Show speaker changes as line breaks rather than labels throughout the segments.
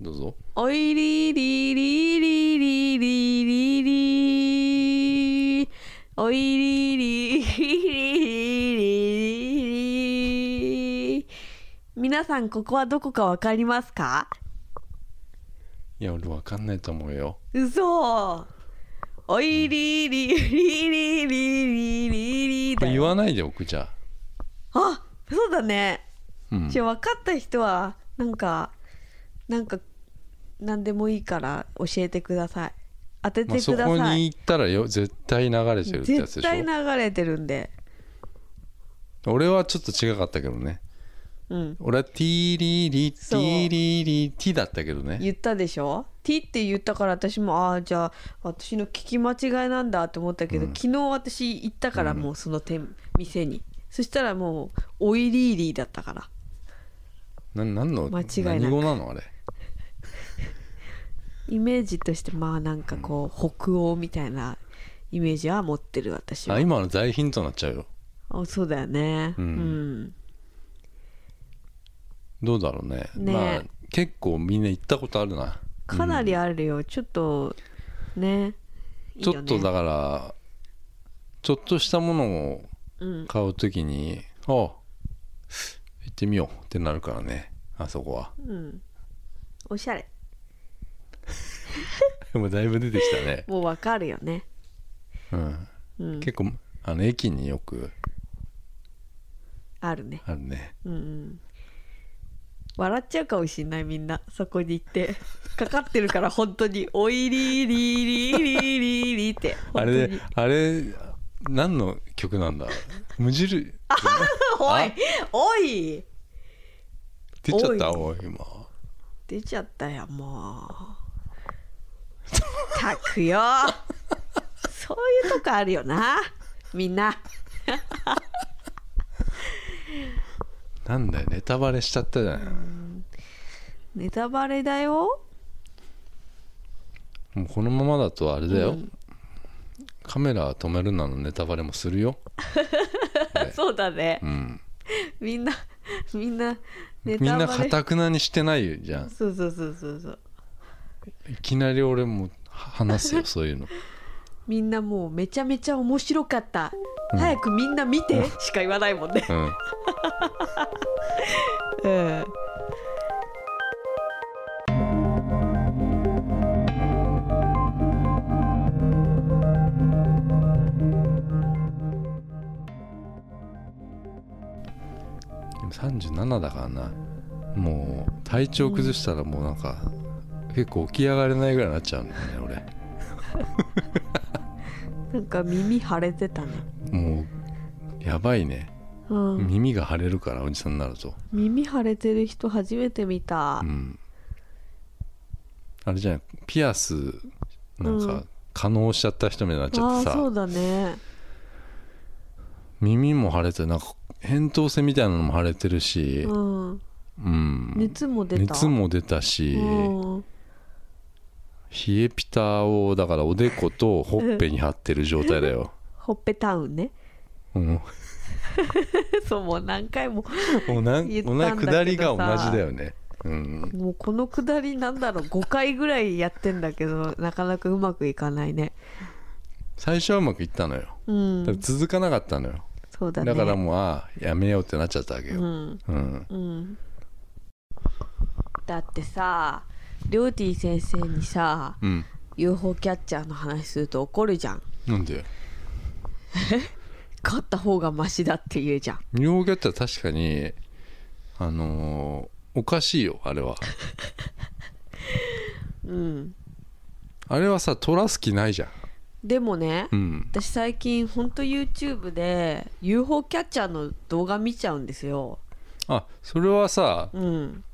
どうぞ
おいりりりりりりりりおいりりりりりり皆さんここはどこかわかりますか
いや俺わかんないと思うよ
嘘おいりりりりりりりり
これ
だ
言
よ
わないでおくじゃあ
あそうだね
うん
じゃあ分かった人はなんかなんか何でもいいから教えてください当て
まあ、
て
そ
くだ
こ
さい、
に行ったらよ絶対流れてるってやつ
絶
でし
対流れてるんで
ょ俺はちょっと違かったけどね
うん
俺は「ティーリーリーテ
そう
ィーリーリーティ」だったけどね
言ったでしょ T って言ったから私もああじゃあ私の聞き間違いなんだと思ったけど、昨日私行ったからもうその店、店にそしたらもうオイリーリーだったから
な何の
間違いなく
何語なのあれ
イメージとしてまあなんかこう、北欧みたいなイメージは持ってる私は
あ今の大ヒントになっちゃうよ
あそうだよね
うん
うん
どうだろうね
ね
まあ結構みんな行ったことあるな
かなりあるよ、ちょっとね
ちょっとだ
か
からちょっとしたものを
うん
買うときにあ行ってみようってなるからねあそこは
うんおしゃれ
でもだいぶ出てきたね
もうわかるよね
うん
うん
結構あの駅によく
あるね
あるね
うんうん笑っちゃうかもしんないみんなそこに行 ってかかってるから本当に「おいりりりりりり」って
あ
本当
れ
に
であれ何の曲なんだ無印
おいおい
出ちゃったおい今
出ちゃったよもうたくよそういうとこあるよなみんな
なんだよネタバレしちゃったじゃない
ネタバレだよ
もうこのままだとあれだよ、
うん
カメラ止めるなのネタバレもする よ
そうだね、
うん
みんなみんな
み
ネ
ん
タ
な
バ
か
レ
たくなにしてないじゃん
そうそうそうそうそう
いきなり俺も話すよそういうの
みんなもうめちゃめちゃ面白かった、早くみんな見てしか言わないもん ね
うん
うん
でも37だからなもう体調崩したらもうなんか、結構起き上がれないぐらいになっちゃうんだよね
なんか耳腫れてたね
俺もうやばいね
うん、
耳が腫れるからおじさんになると
耳腫れてる人初めて見た
う、んあれじゃないピアスなん
う
か
ん
可能しちゃった人みたいになっちゃ
あ
って
あ
さ、
そうだね
耳も腫れてなんか扁桃腺みたいなのも腫れてるし
う、ん
うん
熱も出た
熱も出たし、
うん
冷えピタをだからおでことほっぺに貼ってる状態だよ、
ほっぺタウンね
うん、も
そうもう何回も
うなん
言った
同
んだけ
じ
どさ
下りが同じだよねうん
もうこのくだりなんだろう5回ぐらいやってんだけどなかなかうまくいかないね
最初はうまくいったのよ
うん
だから続かなかったのよ、
そうだね
だからもうああやめようってなっちゃったわけ
う
よ、
ん
うん
うんだってさりょうてぃ先生にさ
うん
UFO キャッチャーの話すると怒るじゃん
なんで
勝った方がマシだって言うじゃん
尿キャッチャー確かにあのーおかしいよあれは
うん
あれはさ取らす気ないじゃん
でもね、
うん
私最近ほんと YouTube で UFO キャッチャーの動画見ちゃうんですよ
あそれはさ
うん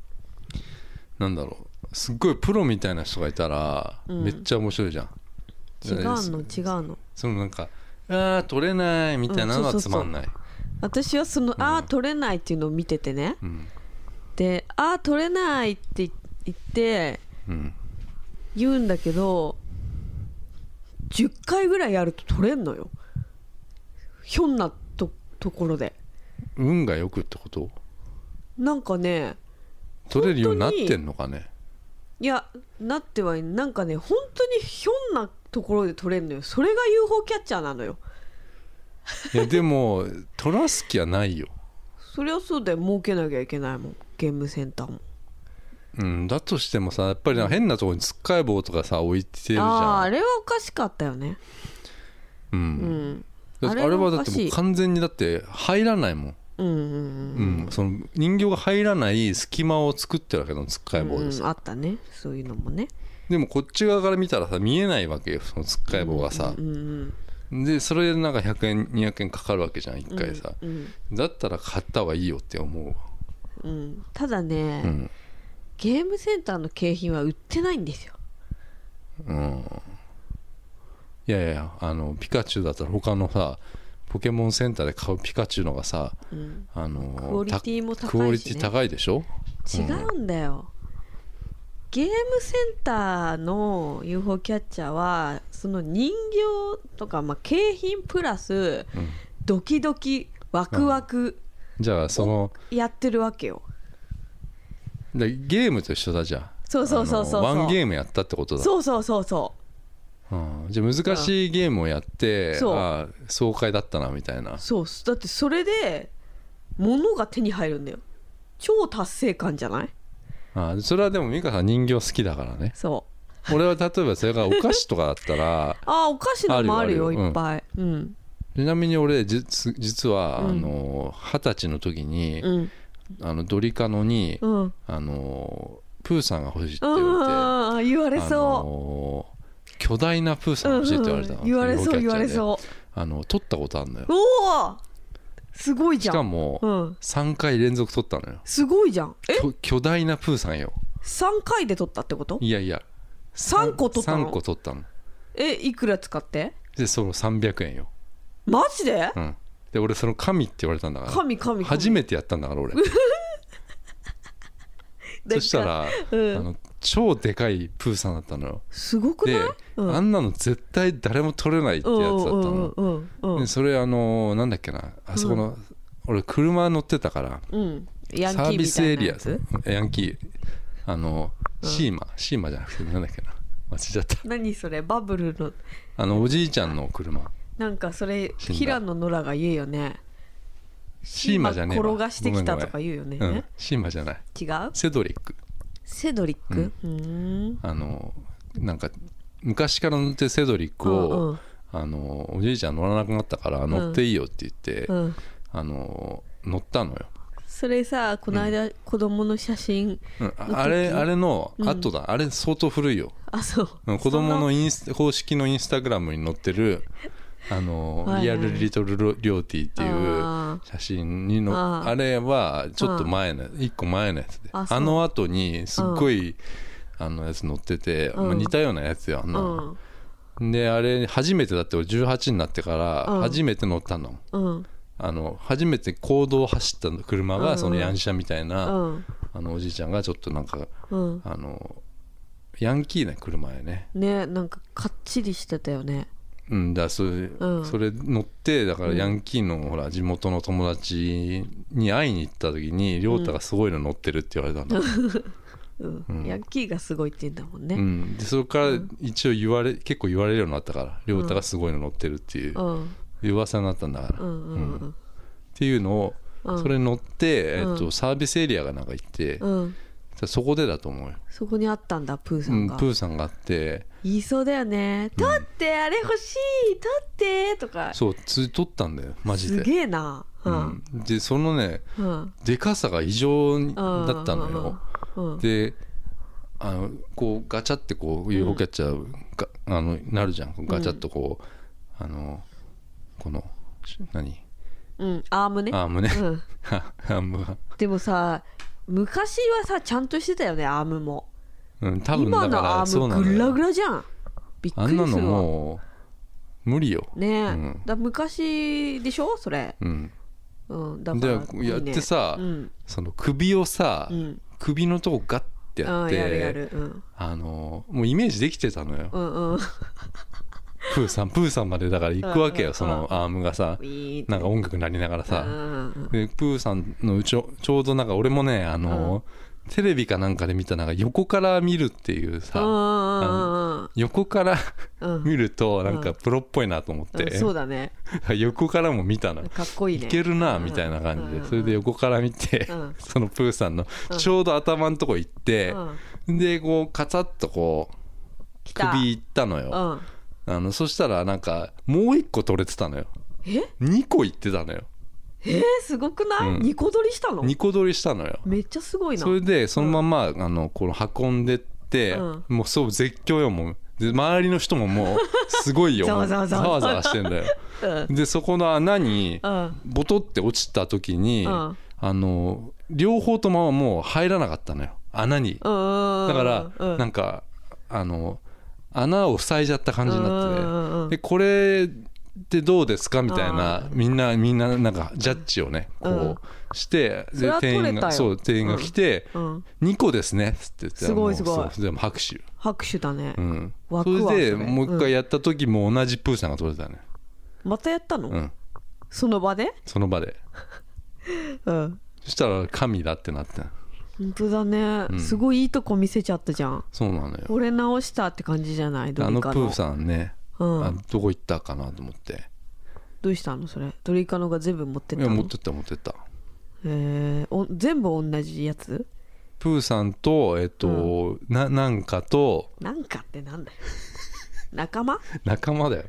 なんだろうすっごいプロみたいな人がいたら、
うん
めっちゃ面白いじゃん
違う
そ
の違うの
そのなんかああ取れないみたいなの
うん
は
そうそ
つ
うそう
まんない
私はその、ああ取れないっていうのを見ててね、
うん
で「あー取れない」って言って
うん
言うんだけど10回ぐらいやると取れんのよひょんなとところで
運がよくってこと
なんかね
取れるようになってんのかね
いやなってはいんなんかね本当にひょんなところで取れるのよそれが UFO キャッチャーなのよ
いやでも取らす気はないよ、
そりゃそうだよ儲けなきゃいけないもんゲームセンターも
うん、だとしてもさやっぱりなんか変なところにつっかえ棒とかさ置いてるじゃ
あ
ん
あーあれはおかしかったよね
う
うんん
だって
あ
あ
れ
れ
は
は
お
だ
か
って
しい
もう完全にだって入らないもん、
うんうん
う
う
ん
ん
その人形が入らない隙間を作ってるわけのつっかえ棒です、
うんあったねそういうのもね
でもこっち側から見たらさ見えないわけよそのつっかえ棒がさ
う、んうん
でそれでなんか100円200円かかるわけじゃん1回さ、
うん
だったら買った方がいいよって思うわ
うんただね、
うん、
ゲームセンターの景品は売ってないんですよ
うん、いやいやあのピカチュウだったら他のさポケモンセンターで買うピカチュウのがさ
うん
あの
クオリティも
た
高いしね
クオリティ高いでしょ
違うんだよ、ゲームセンターの UFO キャッチャーはその人形とか、まあ、景品プラス
うん
ドキドキワクワク
じゃあその
やってるわけよ、
でゲームと一緒だじゃん
そうそうそうそうそう
あのワンゲームやったってことだ
そうそうそうそ
うん、じゃあ難しいゲームをやって
そう
ああ爽快だったなみたいな
うそうだってそれで物が手に入るんだよ超達成感じゃない
ああそれはでも美香さん人形好きだからね
そう
俺は例えばそれがお菓子とかだったら
あーお菓子のもあるよ
あるよあるよ
いっぱいうん
ちなみに俺実実は
うん
あの二十歳の時に、
うん
あのドリカノに、
うんうん
あのプーさんが欲しいって言われて、
あー言われ
あ
そう
の巨大なプーさん
う
が
んう
欲しいって言われたの、
ん言われそう言われ
う
そ
あの取ったことあるのよ
うおおすごいじ
し
ゃん
かも
うん、
3回連続取ったのよ
すごいじゃんえ
巨巨大なプーさんよ
三3回で取ったってこと
いやいや
3個取ったの
3個取ったの
えいくら使って
でその300円よ、
マジで
うん、で俺その神って言われたんだから
神神神
初めてやったんだ から俺そしたら、
うん
あの超でかいプーさんだったのよ
すごくない
で、
うん、
あんなの絶対誰も取れないってやつだったの、
うんうんうんうん
でそれあのーなんだっけなあそこの、俺車乗ってたから
うんヤンキ
サー
ー
ビ
み
ス
た
エ
いな
リ
や
ア
つ
ヤンキーあの、
うん
シーマシーマじゃなくてなんだっけな間違っちゃった
何それバブルの
あのおじいちゃんの車
なんかそれ
死んだ
平野ノラが言うよね
シーマじゃねえわ
転がしてきたとか言うよね
ごめんごめんうん、シーマじゃない
違う
セドリック
セドリックうーん
あのなんか昔から乗ってるセドリックを、
うんうん
あのおじいちゃん乗らなくなったから乗っていいよって言って、
うん
あの乗ったのよ、
それさこの間子供の写真
うん
の時
ああれあれの後だ、あれ相当古いよ
あそう
うん子供のインスタ公式のインスタグラムに載ってるあの
はいはい
リアルリトルロリョーティーっていう
あ
写真にの
あ
あ
ー
れはちょっと前の一個前のやつで
あ
あ
そう
の後にすっごいあのやつ載ってて、
うん
まあ、似たようなやつよあんな
ー
の、であれ初めてだって俺18になってから
うん
初めて乗ったの、
うんうん
あの初めて公道を走った車
うん
がそのヤンシャみたいうな、
ん
あのおじいちゃんがちょっとなんか
うん
あのヤンキーな車やね
ねなんかかっちりしてたよね
うんだからそれ,、
うん
それ乗ってだからヤンキーのほら地元の友達に会いに行った時に亮太がすごいの乗ってるって言われたんだ、
うん
うん
ヤンキーがすごいって言うんだもん
う
ね
ん、でそれから一応言われ結構言われるようになったから亮太がすごいの乗ってるっていう
う、ん
噂になったんだから、
う
っ
んうん
ていうのを
うんうん
それ乗って、えっ
う
と、サービスエリアがなんか行って、
うん
そこでだと思うよ、
そこにあったんだプーさ
うんん、
が
プーさんがあって
言いそうだよね「取ってあれ欲しい取って」とか
そうつ取ったんだよマジ
す
で、
げえなう
うんん、でそのね
うん
でかさが異常にだったのよ、
うん
であのこうガチャってこう UFO キャッチャーが、あのなるじゃんガチャっとこう、あのこのし何
うんアームね
アームね、
うん
アームが、
でもさ昔はさちゃんとしてたよねアームも
うん、多分
今
だ
の
か
ア
らそ
ー
うな
ム
の
グラ
よ
グラじゃんびっ
あ
く
んな
りす
の
るわ
もう無理よ、
ねえ、
うん
だ昔でしょそれ、
うん、
うん、だから
でやってさ
いいね
その首をさ、
うんうん
首のとこガッてや
あ
っ
ー
て、
やるやる、うん、
あのもうイメージできてたのよ、
うんうんウ
プーさんプーさんまでだから行くわけ
うん
よそのアームがさ
ィーン
なんか音楽鳴りながらさ、
うんうんうん
でプーさんのうちょちょうどなんか俺もねあの、テレビかなんかで見たのが横から見るっていう
うん
さ横から
うんうんうんうん
見るとなんかプロっぽいなと思っ
うん
て
そうだね
横からも見たの
かっこいいね
いけるなみたいな感じでそれで横から見て
うん
そのプーさんの
うん
ちょうど頭のとこ行って
うん
でこうカチャッとこう
来た
首行ったのよ
うん
あのそしたらなんかもう一個取れてたのよ
え
2個行ってたのよ
えーすごくない、
うん
ニコ撮りしたの
2個取りしたのよ
めっちゃすごいな
それでそのまま、あのこの運んでって、
うん
もうそう絶叫よもうで周りの人ももうすご いよ
ざ
も
わ
う
ざわざわ
わざわしてんだよ
うん
でそこの穴に
うん
ボトって落ちた時に、
うん
あの両方とももう入らなかったのよ穴に
う
だ
んうん
から、
うん
なんかあの穴を塞いじゃった感じになってて、
うんうんうんうん
でこれってどうですかみたいな
あ
みんなみんななんかジャッジをねこうして、
それ
で
は取れた
店
よ
員がそう店員が来て、
うん、
2個ですね」っつって言って
すご
もう
いすごい
そうでも拍手、
拍手だね、
うん、
ワクワク
それで
ね
もう一回やった時も同じプーさんが取れたね、
またやったの、
うん、
その場で
その場で
うん
そしたら神だってなって
本当だね、
うん
すごいいいとこ見せちゃったじゃん
そうなのよ
俺直したって感じじゃないド
あ
リ
のプ
カの
ーさんね、
うん
あどこ行ったかなと思って
どうしたのそれドリカのが全部持ってっ
い
た
や
の
持ってった持ってった
えーお全部同じやつ
プーさんとえっと、ななんかと
なんかってなんだよ 仲間
仲間だよ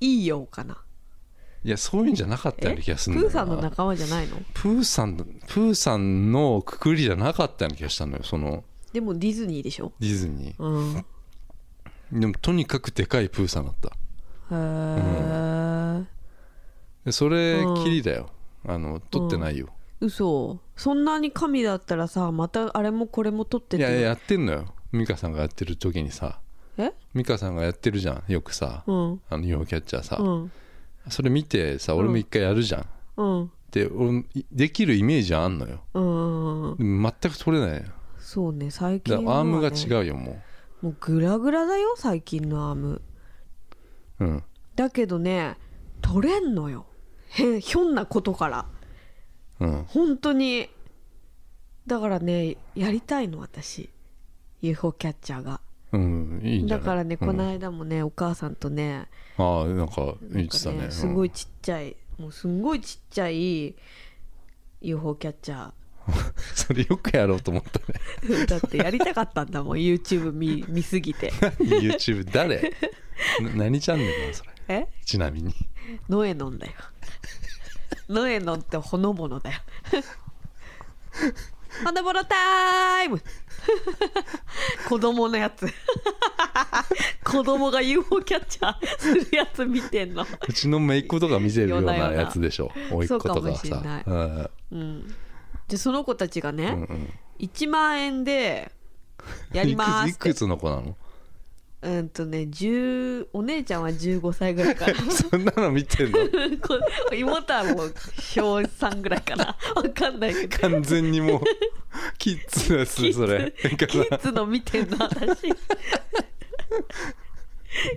いいようかない
やそういうんじゃなかったような気がするんだ
プ
よな
ーさんの仲間じゃないの
プーさんプーさんのくくりじゃなかったような気がしたのよその
でもディズニーでしょ
ディズニー
うんへ
でもとにかくでかいプーさんだった
え、う
でそれ
うん
きりだよ、あの撮ってないよ、
嘘そんなに神だったらさまたあれもこれも取って
い
て
やいややってんのよ美香さんがやってる時にさ
え
美香さんがやってるじゃんよくさ、
うん
あの UFO キャッチャーさ、
うん
それ見てさ俺も一回やるじゃん、
うん
で俺できるイメージはあんのよ
うん
でも全く撮れないよ
そうね最近
だか
の
ら
は
アームが
ね
違うよも
もうグラグラだよ最近のアーム
ううん
だけどね取れんのよへんひょんなことから
うん
本当にだからねやりたいの私 UFO キャッチャーが
うんいいんじゃな
だ
い
からね、
うん
この間もねお母さんとね
ああなんか言ってた
なんか
ね
ねすごいちっちゃい、もうすんごいちっちゃい UFO キャッチャ
うんそれよくやろうと思ったね
ー だってやりたかったんだもん YouTube 見見すぎて
YouTube 誰 な何チャンネルなのそれ
え
ちなみに
ノエノンだよ ノエノンってほのぼのだよ ほのぼのタイム 子供のやつ 子供が UFO キャッチャーするやつ見てんの
うちの姪っ子とか見せるようなやつでしょ甥っ子とか
そうかもしんな
さ
い
うん
うんでその子たちがね、
うんうん
1万円でやりまー
い
すっ
くつい
て
くつの子なの
うんとね10お姉ちゃんは15歳ぐらいかな
そんなの見てんの
こ妹はもう小3ぐらいかなわかんないけど
完全に もうキッズですねそれ
キ
なんか
キッ
さ
ズの見てんの私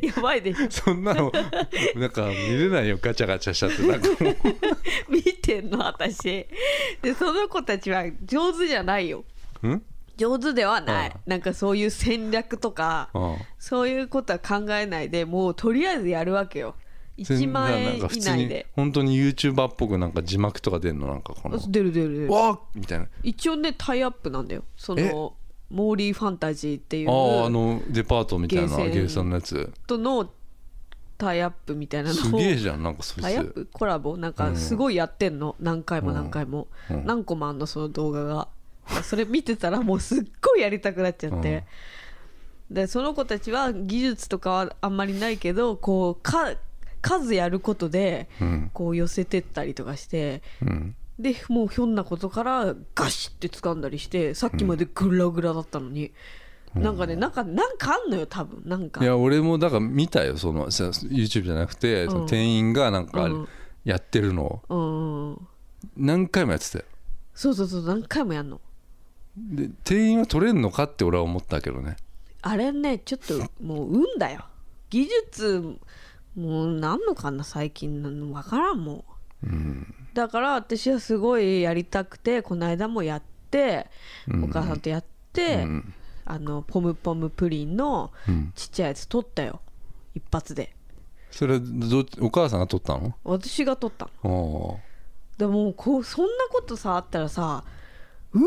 やばいでしょ
そんなのなんか見れないよガチャガチャしちゃってなんかも う
見てんの私でその子たちは上手じゃないよ
うん
上手ではない、
ああ
なんかそういう戦略とか
ああ
そういうことは考えないでもうとりあえずやるわけよ1
全然
万
な
円
んか普
以
通
内
に
で
本当に YouTuber っぽくなんか字幕とか出んのなんかこの
出る出る
「
出る
わあ!」みたいな
一応ねタイアップなんだよそ
え
のモーリーファンタジーっていう
あああのデパートみたいな
ゲーセン
ゲーセンのやつ
とのタイアップみたいな
す
のを
げえじゃんなんかそい
タイアッ
つ
プコラボなん
う
か
ん
すごいやってんの、何回も何回も、
うん
何個もあんのその動画がそれ見てたらもうすっごいやりたくなっちゃって、でその子たちは技術とかはあんまりないけどこうか数やることで
うん
こう寄せてったりとかして
うん
でもうひょんなことからガシッて掴んだりしてさっきまでグラグラだったのに、なんかねなんかなんかあんのよ多分なんか
いや俺もだから見たよそのさ YouTube じゃなくて、その店員がなんかあれ
うん
やってるのを
うん
何回もやってたよ
そうそうそう何回もやんの
で店員は取れんのかって俺は思ったけどね
あれねちょっともう運だよ技術もうなんのかな最近のわからんもう
うん
だから私はすごいやりたくてこの間もやっって、
うん
お母さんとやって、
うん
あのポムポムプリンの
うん
ちっちゃいやつ取ったよ一発で
それはどっちお母さんが撮ったの
私が取ったの
おー
でもこうそんなことさあったらさうわ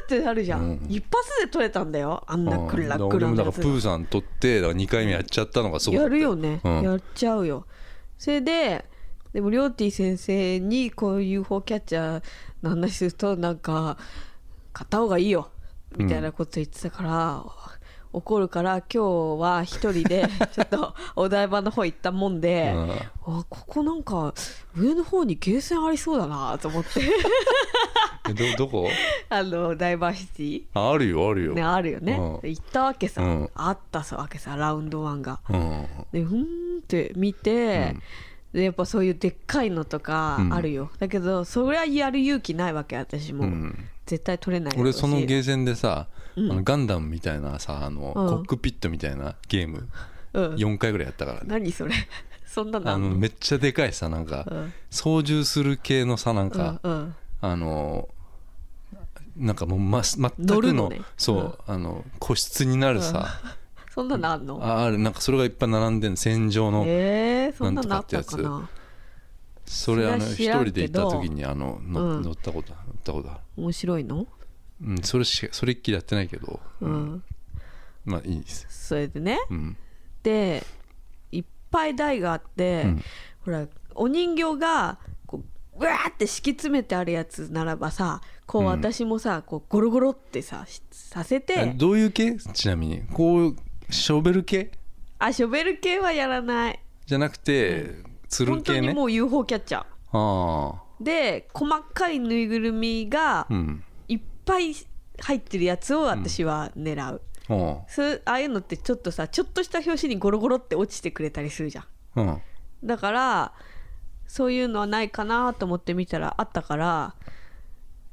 ーってなるじゃん、
うん
一発で取れたんだよあんなクラ
あー
ク
俺
ラ
も
の
だか
や
ら
つ
プーさん撮ってだから2回目やっちゃったのがそうだ
や
った
るよね、
うん
やっちゃうよそれででもりょうてぃ先生にこういう UFO キャッチャーの話するとなんか買った方がいいよみたいなこと言ってたから、怒るから今日は一人 でちょっとお台場の方行ったもんで、
うん
あここなんか上の方にゲーセンありそうだなと思って
えど どこ
あのダイバーシティ
あるよあるよ、
ねあるよね、
うん
行ったわけさ、
うん
あったさわけさラウンドワンが。
うん
でふーんって見て、でやっぱそういうでっかいのとか
うん
あるよ、だけどそれはやる勇気ないわけ私も、
うん
絶対取れないだろ
俺
うし
そのゲーセンでさ、
うん
あのガンダムみたいなさあの、
うん
コックピットみたいなゲーム
うん
4回ぐらいやったからね、
何それ そんなのあ
あ
ん
の
の
めっちゃでかいさなんか、
うん
操縦する系のさなんか、
うんうん
あのなんかもう、ま、全く
乗
の
るのね
そう、あの個室になるさ、
そんなのあんの
ああるなんかそれがいっぱい並んでんの戦場の、
えー、そんなのあ
なん
っ
とか
た
って
か
やつ
な
それあの
そ
一
れは知ら
人
ん
で
け
行った
ど
時にあのの、
うん
乗ったこと乗ったことある、
面白いの
うん、それしそれっきりやってないけど、
うん、
まあいいです
それでね
うん
でいっぱい台があって、
うん
ほらお人形がこううわーって敷き詰めてあるやつならばさこう
うん
私もさ、こうゴロゴロってさしさせ
あ
て
どういう系ちなみにこうショベル系
あショベル系はやらない
じゃなくて、つる
本当
系
に
ね
もう UFO キャッチャー
あ
で細かいぬいぐるみが
あうん
いっぱい入ってるやつを私は狙う、
うん
そうああいうのってちょっとさちょっとした拍子にゴロゴロって落ちてくれたりするじゃん
うん
だからそういうのはないかなと思って見たらあったから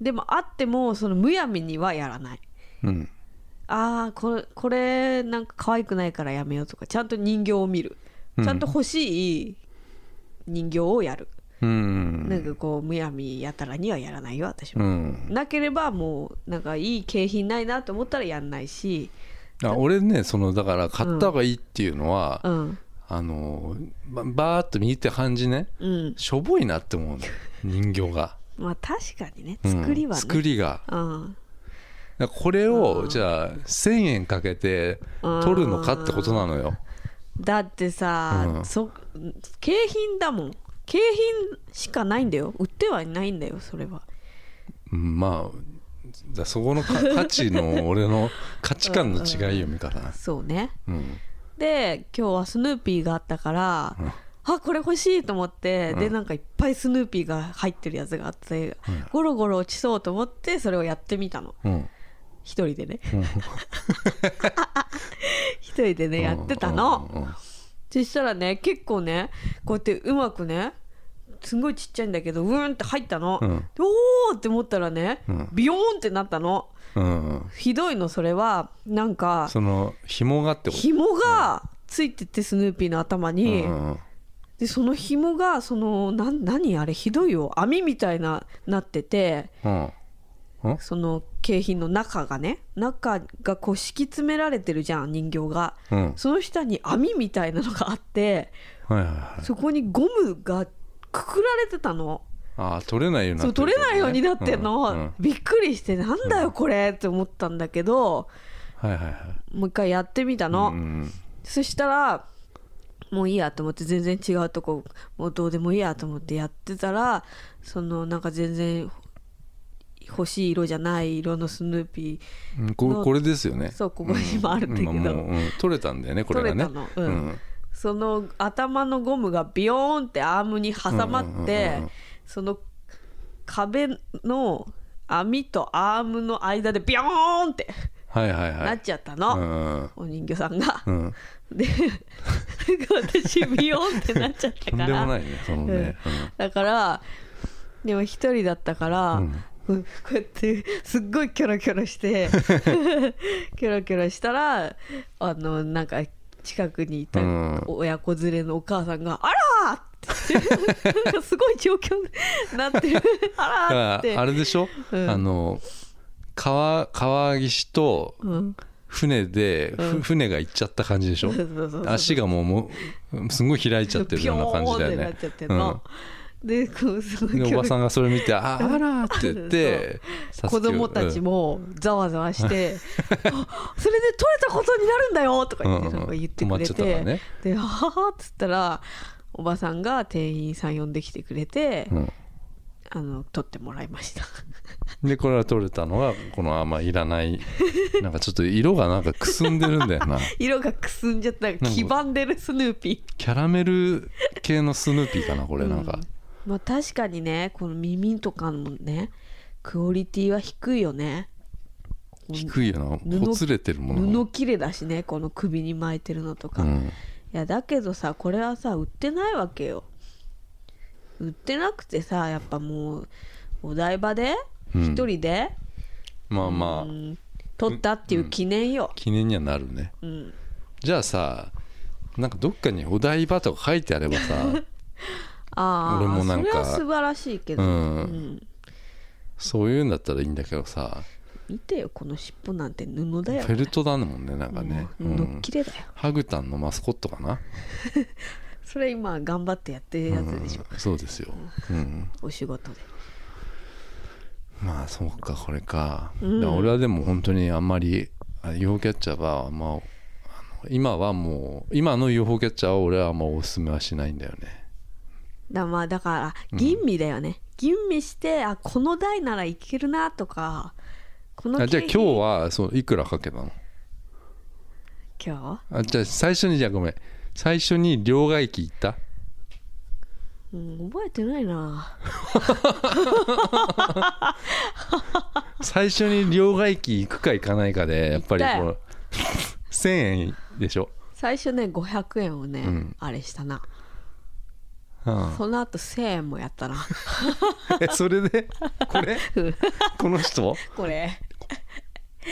でもあってもそのむやみにはやらない
うん
あーこれこれなんか可愛くないからやめようとかちゃんと人形を見る
うん
ちゃんと欲しい人形をやる、
うん
なんかこうむやみやたらにはやらないよ私
う
も、
ん、
なければもうなんかいい景品ないなと思ったらやんないし
あ俺ねそのだから買った方がいいっていうのは、
うん
あのばバーッと右って感じね
うん
しょぼいなって思うの人形が、
まあ確かにね
うん
作りはね、
作りが
うん
だからこれをじゃあ1000円かけて取るのかってことなのよ
だってさ、
うん
そ景品だもん景品しかないんだよ売ってはいないんだよそれは
うんまあだそこの か価値の俺の価値観の違いよみから
そうね
うん
で今日はスヌーピーがあったから、あこれ欲しいと思って、でなんかいっぱいスヌーピーが入ってるやつがあって、ゴロゴロ落ちそうと思ってそれをやってみたの
うん
一人でね
うん
一人でねやってたの、
うんうん
そしたらね結構ねこうやってうまくねすごいちっちゃいんだけどうーんって入ったの、
うん
でおーって思ったらね、
うん
ビヨーンってなったの
うんうん
ひどいのそれはなんか
その紐がってこと
紐がついててスヌーピーの頭に、
うんうん
でその紐がそのなん何あれひどいよ網みたいななってて
うんうん
その景品の中がね中がこう敷き詰められてるじゃん人形が
うん
その下に網みたいなのがあって
はいはいはい
そこにゴムがくくられてたの。
ああ取れないようにな
そう
ってる
取れないようになってんの、
うんうん
びっくりしてなんだよこれって思ったんだけど、
はいはいはい
もう一回やってみたの、
うんうん
そしたらもういいやと思って全然違うとこもうどうでもいいやと思ってやってたらそのなんか全然欲しい色じゃない色のスヌーピ
うんこ
の
これですよね
そうここにもあるんだけど
うん今もううん取れたんだよねこれがね
取れたのうんーその頭のゴムがビヨーンってアームに挟まっ
うん
て、
うんうんうん
その壁の網とアームの間でビヨーンって
はいはいはい
なっちゃったの、
うん
お人形さんが
う。ん
で私ビヨーンってなっちゃった
とん
か
でもな
ら
いねそのね
だからでも一人だったから、
うん
うんこうやってすっごいキョロキョロして キョロキョロしたらあのなんか近くにいた
うん
親子連れのお母さんが「あら!」っって なんかすごい状況にな ってるあ
だ
らーっ
か
て
らあれでしょ、
うん
あの川川岸と
うん、
船で、ふ
うん
船が行っちゃった感じでしょ
そうそうそう
足がもうもうすんごい開いちゃってるような感じだよ
ピョーンってな
ね
っちゃってんの、でこうすごい
でおばさ
ん
んがそれ見て「ああら」って言って
子供たち
も
もざわざわして、 あそれで取れたことになるんだよとか言って,、なんか言ってくれて、
ね
で「ははは」っつったらおばさんが店員さん呼んできてくれて、
うん
あの取ってもらいました
でこれは取れたのがこのあんまいら ないなんかちょっと色がなんかくすんでるんだよな
色がくすんじゃった
か
黄ばんでるスヌーピー
キャラメル系のスヌーピーかなこれなんか、
まあ確かにねこの耳とかのねクオリティは低いよね
低いよな
布
ほつれてるもの
布切れだしねこの首に巻いてるのとか、
う
い
ん、
やだけどさこれはさ売ってないわけよ売ってなくてさやっぱもうお台場で
うん
一人で、
まあまあ、
うん撮ったっていう記念よ、
記念にはなるね
うん
じゃあさなんかどっかにお台場とか書いてあれば さ
ああ
俺もなんか
それは素晴らしいけど、
うん
うん
そういうんだったらいいんだけどさ
見てよこの尻尾なんて布
フ
だよ
ェルトだもんねなんかね、う
もう布
ん
っ、きれだよ、
ハグタンのマスコットかな、
それ今頑張ってやってる
う
やつでしょ、
ん、そうですよ、うん、
お仕事で
まあそうかこれか,、
うん
俺はでも本当にあんまりあ UFO キャッチャーはあんまあの今はもう今の UFO キャッチャーは俺はあんまおすすめはしないんだよね
だまあだから
ん
吟味だよね、吟味してあこの台ならいけるなとかこの
あじゃあ
ケーキ
今日はそういくらかけたの
今
あじゃあ最初にじゃあごめん最初に両替機行った
日、うん、覚えてないな
最初に両替機行くか行かないかでやっぱり
行った
こ
よ
の 1000円でしょ、
最初ね500円をね、
うん
あれしたな
うん、
その後1000円もやったな
えそれでこれ
うん
この 人
これ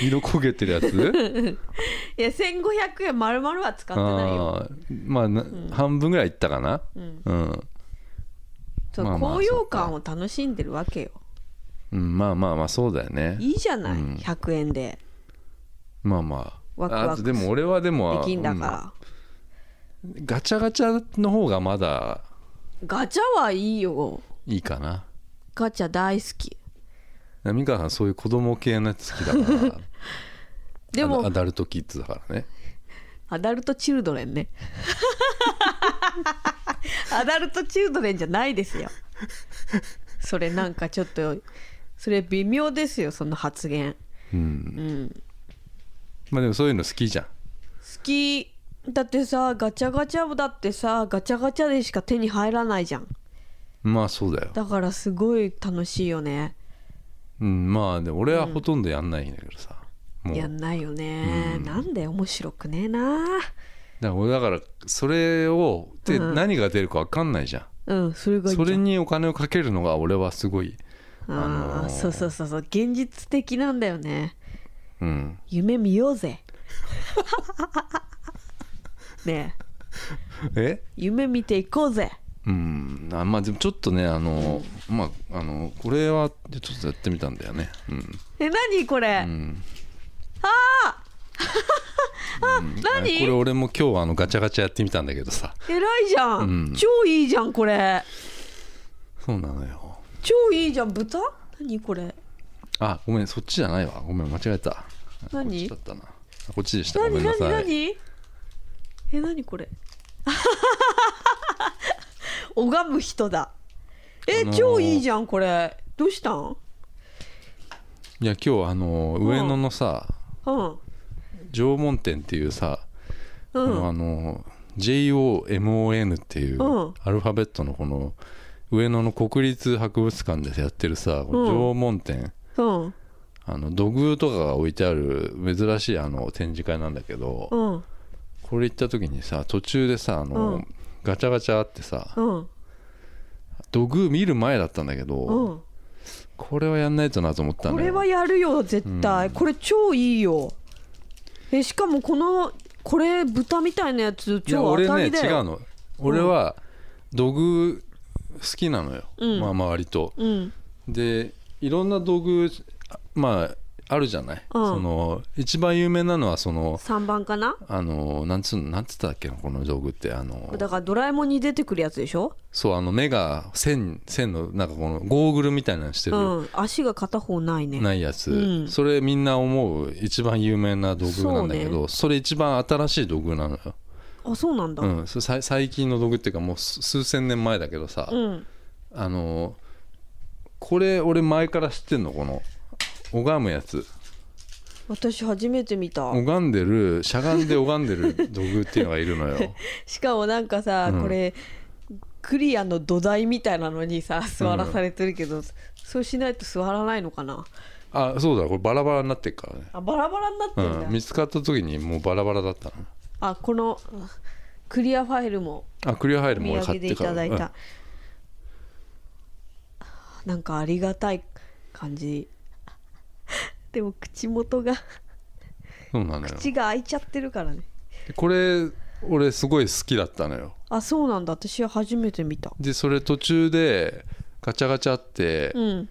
色焦げてるやつ
いや1500円丸々は使ってないよ、
あーまあな、半分ぐらいいったかな
うん
うん
そう
まあまあ
高揚感を楽しんでるわけよ
うん、まあまあまあそうだよね
いいじゃない、
うん
100円で
まあまあ
ワクワク
あとでも俺はでも
できんだから、
うんガチャガチャの方がまだ
ガチャはいいよ
いいかな
ガチャ大好き
美川さんそういう子供系のやつ好きだから
で
アダア
も
ダルトキッズだからね
アダルトチルドレン ねアダルトチルドレンじゃないですよそれなんかちょっとそれ微妙ですよその発言
うん
うん
まあでもそういうの好きじゃん
好きだってさガチャガチャだってさガチャガチャでしか手に入らないじゃん
まあそうだよ、
だからすごい楽しいよね
うん、まあでも俺はほとんどやんないんだけどさ、もう
や
だか
んないよね、なんで面白くねえな
ら俺だからそれをで
うん
何が出るか分かんないじゃん、
うんそれがいいじ
そ
ゃん
れにお金をかけるのが俺はすごい
あー、
あのー
そうそうそうそう現実的なんだよね
うん
夢見よ うぜねえ
え
夢見ていこうぜ
うんあまあでもちょっとねあの、まああのこれはちょっとやってみたんだよねうん、
え何これ、
うん、
何
これ俺も今日あのガチャガチャやってみたんだけどさ
偉いじゃん、
うん
超いいじゃんこれ
そうなのよ
超いいじゃん豚何これ
あごめんそっちじゃないわごめん間違えた
何
こっちだったなあこっちでしたごめ
何
んなさい
何何え何これ 拝む人だえ、
あのー
超いいじゃんこれどうしたん
いや今日あの上野のさ、
うん
縄文店っていうさ、
う
この
ん
あの JOMON っていう
うん
アルファベットのこの上野の国立博物館でやってるさ、この縄文展
うん
あの土偶とかが置いてある珍しいあの展示会なんだけど、
うん
これ行った時にさ途中でさあの、
うん
ガチャガチャあってさ
うん
土偶見る前だったんだけ
う
ど、
ん
これはやんないとなと思ったのよ
これはやるよ絶対、これ超いいよえしかもこのこれ豚みたいなやつ
いや
超
俺
当た
ね
りだ
違う
よ
の俺は土偶好きなのよ、
うん
まあまあ割と
うん
でいろんな道具あまああるじゃない、
うん
その一番有名なのはその
3番かな
あのなんつうのなんつったっけなこの道具ってあの
だからドラえもんに出てくるやつでしょ、
そうあの目が線線のなんかこのゴーグルみたいなのして
う
る、
ん、足が片方ないね
ないやつ、
うん
それみんな思う一番有名な道具なんだけ
そう
どそ,、れ一番新しい道具なのよ、
あそうなんだ
う
うん、
ん、それさい最近の道具っていうかもう数数千年前だけどさ、あのこれ俺前から知ってんのこの拝むやつ
私初めて見た
拝んでるしゃがんで拝んでる道具っていうのがいるのよ
しかもなんかさ、
うん
これクリアの土台みたいなのにさ座らされてるけど、そうしないと座らないのかな
あそうだこれバラバラになってっからね
あバラバラになってるんだ、
うん、見つかった時にもうバラバラだったの
あこのあクリアファイルも
あクリアファイ
お
ル
土
も俺買
産
っ
で
て
い
から
ただい
うん
た、なんかありがたい感じ でも口元が
そうなのよ
口が開いちゃってるからね
これ俺すごい好きだったのよ
あそうなんだ私は初めて見た
でそれ途中でガチャガチャって、
うん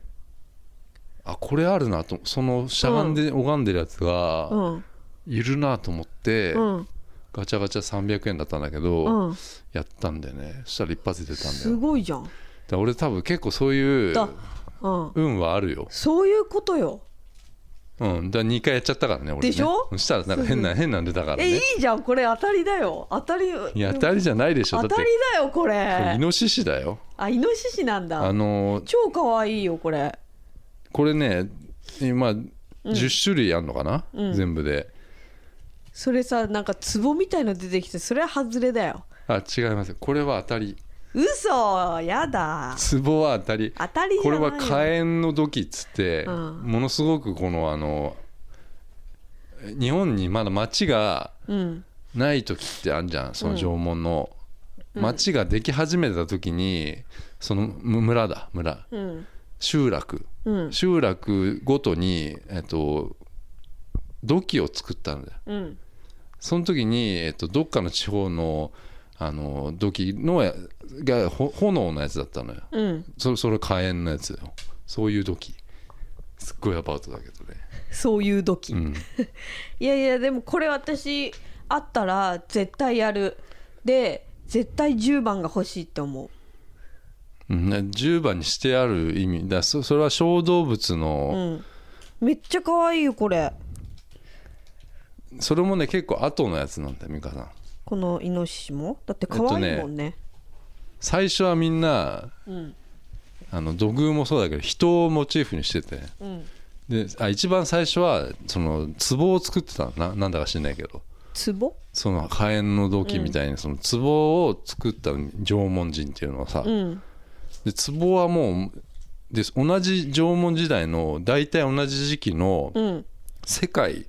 あこれあるなとそのしゃがんで拝んでるやつ
う
が
ん
いるなと思って、
うん
ガチャガチャ300円だったんだけど、
うん
やったんだよねそしたら一発で出たんだよ
すごいじゃん
だから俺多分結構そういう
だうん
運はあるよ、
そういうことよ
うん、だから2回やっちゃったからね俺ね
でしょ
そしたらなんか変な変なん出たから
えい
ね
いじゃんこれ当たりだよ当たり
いや当たりじゃないでしょだ
当
って
たりだよこ
これイ
れ
ノシシだよ
あイノシシなん
あ
だ
のー
超可愛いよこれ
これね今10種類あんのかな、
うん
全部で
それさなんか壺みたいの出てきてそれは外れだよ
あ違いますこれは当たり
嘘やだ
ツボは当たり
当たりじ
こ
ゃ
れ
ないよ
は火炎の土器っつって、
うん
ものすごくこのあの日本にまだ町が
うん
ない時ってあるじゃんその縄文の、
うん
町ができ始めた時にそのむ村だ村
うん
集落
うん
集落ごとに、えっと、土器を作ったんだよ
うん
その時に、えっと、どっかの地方のあの土器のやがほ炎のやつだったのよ
うん
そそれ火炎のやつよそういう土器すっごいアバウトだけどね、
そういう時、
うん、
いやいやでもこれ私あったら絶対やるで絶対10番が欲しいって思う
うん10番にしてある意味だそそれは小動物
う
の、
んめっちゃ可愛いよこれ
それもね結構後のやつなんだよ美香さん
このイノシシもだって可愛いもんね,、
最初はみんなあの土偶もそうだけど人をモチーフにしてて
うんうん
であ一番最初はその壺を作ってたのななんだか知んないけど
壺
その火炎の土器みたいにその壺を作った縄文人っていうのはさ、
うん
で壺はもうで同じ縄文時代の大体同じ時期の
うん
世界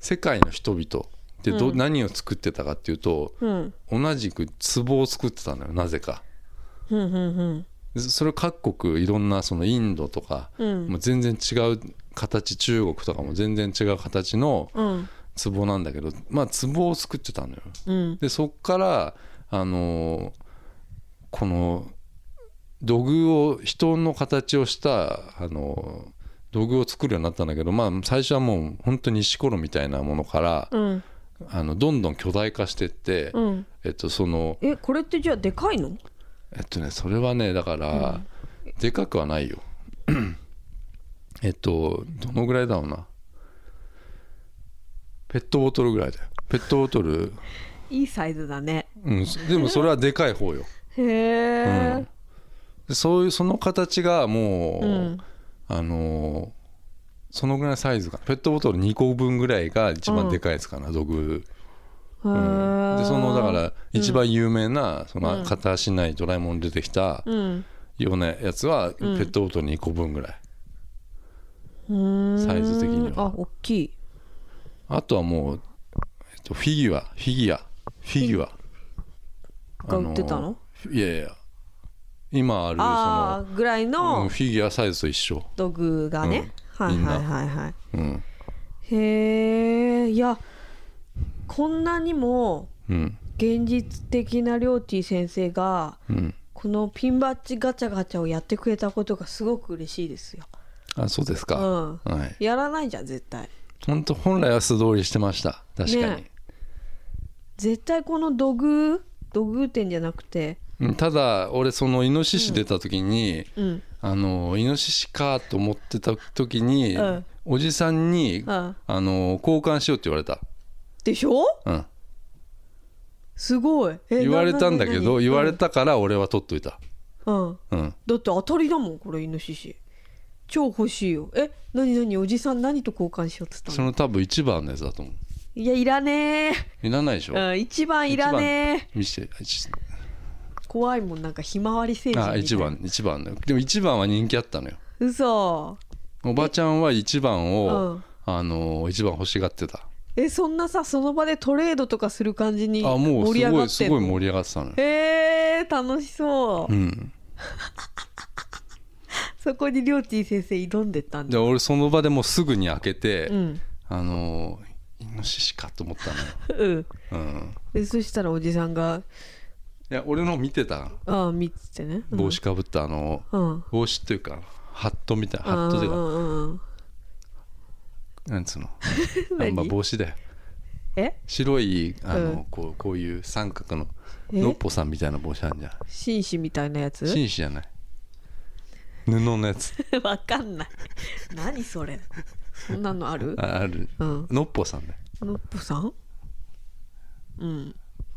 世界の人々でど、
うん
何を作ってたかっていうと
うん
同じく壺を作ってたのよなぜか
うんうん
でそれを各国いろんなそのインドとか、
うん
もう全然違う形中国とかも全然違う形の
うん
壺なんだけどまあ壺を作ってたのよ
うん
でそっからあのーこの土偶を人の形をしたあのー土偶を作るようになったんだけど、まあ、最初はもう本当に石ころみたいなものから、
うん
あのどんどん巨大化してって、
うん
えっとその
えこれってじゃあでかいの
えっとねそれはねだから、でかくはないよ えっとどのぐらいだろうなペットボトルぐらいだよペットボトル、
いいサイズだね
うん、でもそれは でかい方よ
へえ、
うんでそういうその形がもう、
うん
あのーそのぐらいのサイズかペットボトル2個分ぐらいが一番でかいやつかな、土偶、うんでそのだから一番有名な、その片足ないドラえもんに出てきた
うん
ようなやつはペットボトル2個分ぐらい、サイズ的には
あ大きい
あとはもう、えっと、フィギュアフィギュアフィギュア
が売ってたの
あのーいやいや今ある
ああぐらい
その、うん
の
フィギュアサイズと一緒
道具がね、
うん
はい
みんな
はいはいはい
うん
へえいやこんなにも
うん
現実的なりょうてぃ先生が
うん、
このピンバッジガチャガチャをやってくれたことがすごく嬉しいですよ、
あそうです
う
か、
ん、
はい
やらないじゃん絶対
本当本来は素通りしてました確かに、
ね絶対この土偶土偶店じゃなくて
うんただ俺そのイノシシ出た時に、
うん
あのイノシシかと思ってた時に、
うん
おじさんに、
うん
あの交換しようって言われた、
でしょ
うん、
すごいえ
言われたんだけ
なな
ど
な
言われたから俺は取っといた、
うん、うん
うん、
だって当たりだもんこれイノシシ超欲しいよえ何何おじさん何と交換しようっつった
そ
の
の多分一番のやつだと思う
いやいらね
いらないでしょ、
え、うん、一番いらね
見せてち
え怖いもんなんかひまわり星人みたい
あ
な
一番一番だよでも一番は人気あったのよ
嘘
おばちゃんは一番
う
を、
ん
あの一番欲しがってた
えそんなさその場でトレードとかする感じに
あもう
盛り
す
上が
ご
っ
い
て
す
んの
ごい盛り上がってたのよ
えー、楽しそう、
うん
そこにりょうてぃ先生挑んでったん
で
だ
俺その場でもうすぐに開けて、
うん
あのイノシシかと思った
うん
のよ、うん、
でそしたらおじさんが
いや俺の見てた
「ああ見ててね」うん
帽子かぶったあの、
うん
帽子っていうかハットみたいなハットという
う
か
んうんうん
なんつうの
何
あまあ帽子だよ
え
白いあの、
うん
こうこういう三角の
え
ノッポさんみたいな帽子あるじゃん
紳士みたいなやつ
紳士じゃない布のやつ
わかんない何それそんなのある
あある
うん
ノッポさんだよ、
のっぽさんうん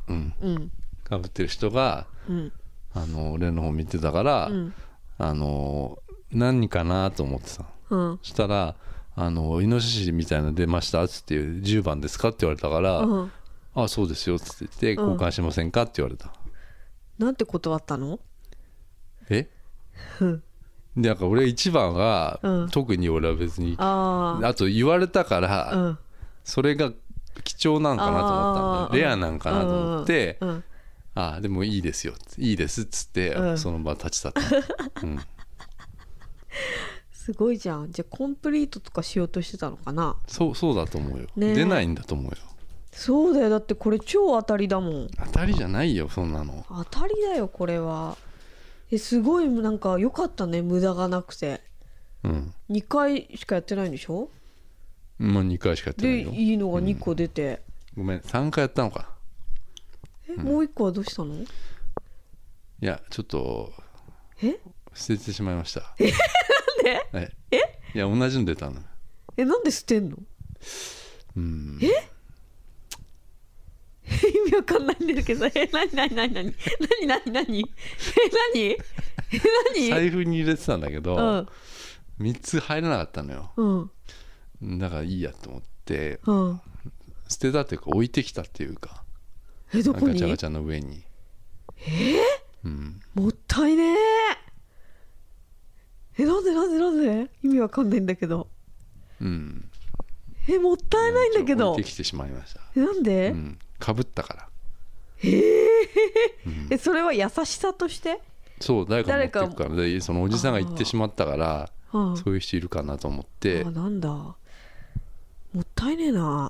うん、
うん
かぶってる人が
うん
あの俺の方見てたから、
うん
あの何かなと思ってたの
うん
そしたら「あのイノシシみたいなの出ました」っつって「10番ですか?」って言われたから「
うん
あそうですよ」っつって言って「
うん
交換しませんか?」って言われた、
なんて断ったの
え
うん
でなんか俺一番は、
うん
特に俺は別にあ
あー
と言われたから、
うん
それが貴重なんかなと思ったん
あ
だ
ー
レアなんかなと思って「
うんうん
あでもいいですよ」いいです」っつって、
うん
その場立ち去った、うん、
すごいじゃんじゃあコンプリートとかしようとしてたのかな
そうそうだと思うよ、
ねえ
出ないんだと思うよ
そうだよだってこれ超当たりだもん
当たりじゃないよそんなの
当たりだよこれはえすごいなんか良かったね無駄がなくて
うん
2回しかやってないんでしょ
もう2回しかやってな
で
いよ
いいのが2個出て、
ごめん3回やったのか
えもう1個はどうしたの
いやちょっと
え
捨ててしまいました えなんでえいや同じの出たの
えなんで捨てんの
うん
意味わかんないんです けどえ何何何何何何何え 何え何
財布に入れてたんだけど、
うん
3つ入らなかったのよ
うん
だからいいやと思って
うん
捨てたっていうか置いてきたっていうか
えど
ガチ
こ
ャガ
に
チャの上にえうん
もったいねええなんでなんでなんで意味わかんないんだけど
うん
えもったいないんだけど
置いてきてしまいました
えなんで、
うんかぶったから
えそれは優しさとして
そう誰か持ってく
誰
からでそのおじさんが行ってしまったから
うん
そういう人いるかなと思って
あなんだもったいねえな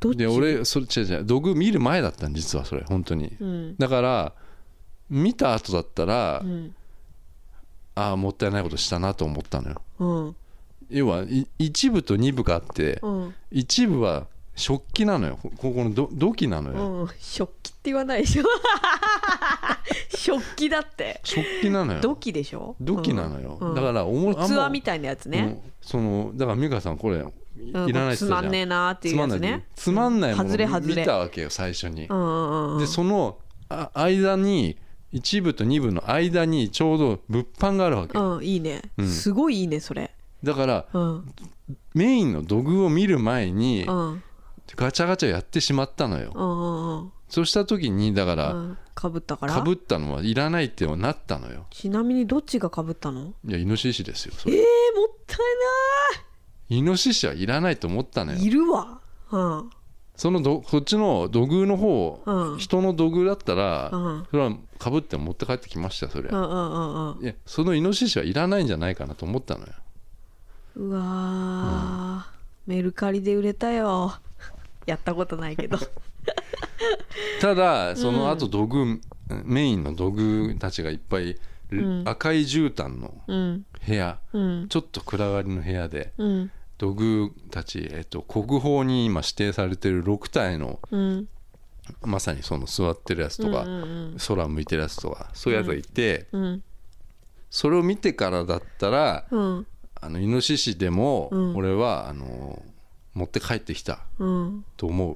どっち
で俺それ違う違う道具見る前だったん実はそれ本当に
うん
だから見た後だったら、
うん
ああもったいないことしたなと思ったのよ
うん
要はい一部と二部があって
うん
一部は食器なのよこここのど土器なのよ、
うん食器って言わない でしょ食器だって
食器なのよ
土器でしょ
土器なのよ、
うん
だからおもあんま
器みたいなやつね、
うんそのだから美香さんこれい
うん
いらないっ
つ
て言
ま
った
ん
じ
ね
ゃ
え
ん
なっていうやつね
つまんない
うん
も
外れ
のを
外れ
見たわけよ最初に
う、んうんうん
でそのあ間に一部と二部の間にちょうど物販があるわけ、
うんいいね、
うん
すごいいいねそれ
だから
うん
メインの土偶を見る前に
うん
ガチャガチャやってしまったのよ、
うんうんうん
そうした時にだか
う
ら
んかぶったから
かぶったのはいらないってなったのよ
ちなみにどっちがかぶったの
いやイノシシですよそ
え
れ
ー、もったい
イノシシはいらないと思ったの
ない
よ
いるわうん
そのどそっちの土偶の方、
うん
人の土偶だった
う
ら
ん
それはかぶって持って帰ってきましたよそれ
うんうんうんうん
いやそのイノシシはいらないんじゃないかなと思ったのよ
うわー、メルカリで売れたよやったことないけど
ただその後土偶、メインの土偶たちがいっぱい、
うん
赤い絨毯の
うん
部屋
うん
ちょっと暗がりの部屋で
うん
土偶たち、えっと、国宝に今指定されてる6体の
うん
まさにその座ってるやつとか、
うんうん
空向いてるやつとかそういうやつがいて、
うん
それを見てからだったら
うん
あのイノシシでも
うん
俺は、あの持って帰ってきた
うん
と思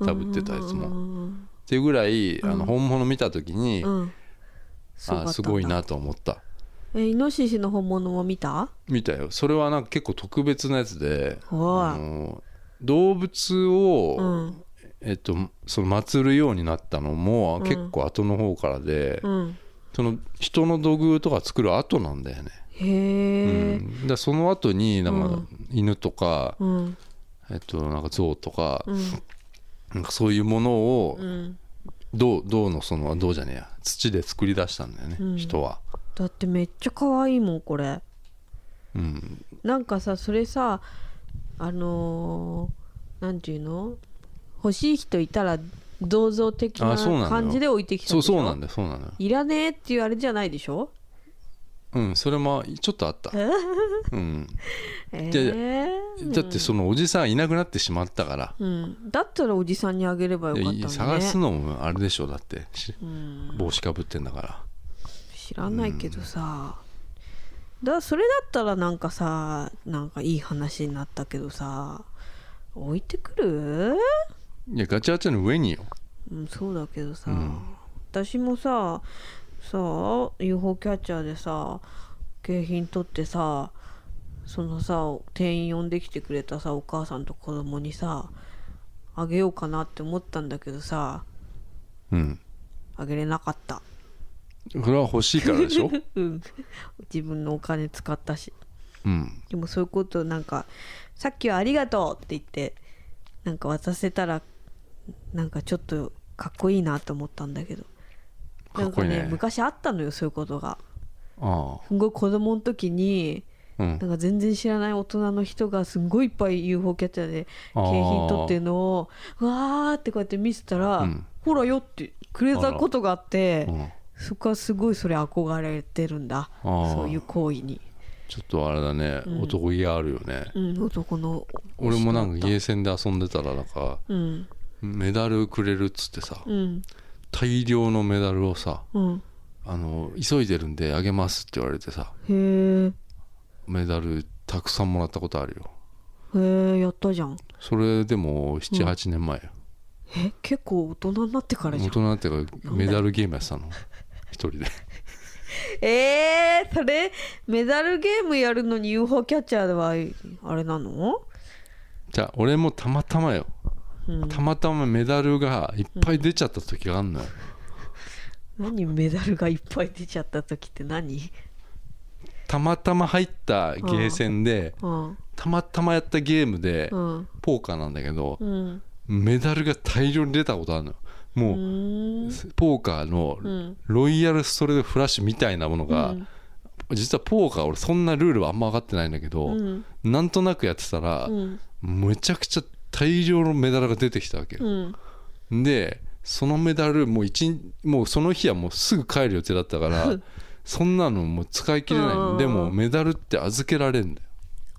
うダブってたやつも、
う
っ
ん
ていうぐらいあ
うん
の本物見た時に、
うんうんすごかっ
あ
たんだ
すごいなと思った
えイノシシの本物も見た
見たよそれはなんか結構特別なやつで、
おい
あの動物を、
うん
えっと、その祀るようになったのも結構後の方からで、
うん
その人の土偶とか作る後なんだよね、
へえ
うん、でその後になん
う
か犬とか、
うん
えっと、なんか象とか、
うん
なんかそういうものを
うん
銅銅のその銅じゃねえや土で作り出したんだよね、
うん
人は、
だってめっちゃ可愛いもんこれ
うん、
なんかさそれさあのー、なんていうの欲しい人いたら銅像的な
あそうなのよ
感じで置いてきたん
そ
で
う
しょ
そうなんだよそうなのよ
いらねえっていうあれじゃないでしょ
うんそれもちょっとあった、うん、
え
いやいや
ー、
だってそのおじさんいなくなってしまったから、
うん、だったらおじさんにあげればよかったの
い
に
や
ね
探すのもあれでしょだってし
うん、
帽子かぶってんだから
知らないけどさ、だそれだったらなんかさなんかいい話になったけどさ置いてくる
いやガチャガチャの上によ
うん、そうだけどさ、
うん
私もささあ UFO キャッチャーでさ景品取ってさそのさ店員呼んできてくれたさお母さんと子供にさあげようかなって思ったんだけどさ
うん
あげれなかった
それは欲しいからで しょ
うん自分のお金使ったし
うん
でもそういうことなんかさっきはありがとうって言ってなんか渡せたらなんかちょっとかっこいいなと思ったんだけど
かっこいいね
なんか昔あったのよそういうことが
ああ
すごい子供の時に
うん
なんか全然知らない大人の人がすんごいいっぱい UFO キャッチャーで景
あー
品取ってるのをうわーってこうやって見せたら、
うん
ほらよってくれたことがあって
うん
そこはすごいそれ憧れてるんだ
あー
そういう行為に、
ちょっとあれだね、
うん
男気があるよね、
うん、男の
俺もなんかゲ
ゲ
ーセンで遊んでたらなんか
うん
メダルくれるっつってさ
うん
大量のメダルをさ
うん
あの急いでるんであげますって言われてさ
へえ
メダルたくさんもらったことあるよ
へえやったじゃん
それでも
うん
78年前よ、
え結構大人になってからじ
大
ゃん
人になってからメダルゲームやってたの一 人で
えー、それメダルゲームやるのに UFO キャッチャーではあれなの、
じゃあ俺もたまたまよ
うん、
たまたまメダルがいっぱい出ちゃった時があんのよ、
何メダルがいっぱい出ちゃった時って何
たまたま入ったゲーセンで
うん
たまたまやったゲームで
うん
ポーカーなんだけど
うん
メダルが大量に出たことあるのよ
う
も
ーん
うポーカーの
うん
ロイヤルストレートフラッシュみたいなものが、
うん
実はポーカー俺そんなルールはあんま分かってないんだけど、
うん
なんとなくやってたら
う、ん
めちゃくちゃ大量のメダルが出てきたわけよ、
うん
でそのメダルもう一日もうその日はもうすぐ帰る予定だったからそんなのもう使い切れない
うんうんうん
のでもメダルって預けられるんだよ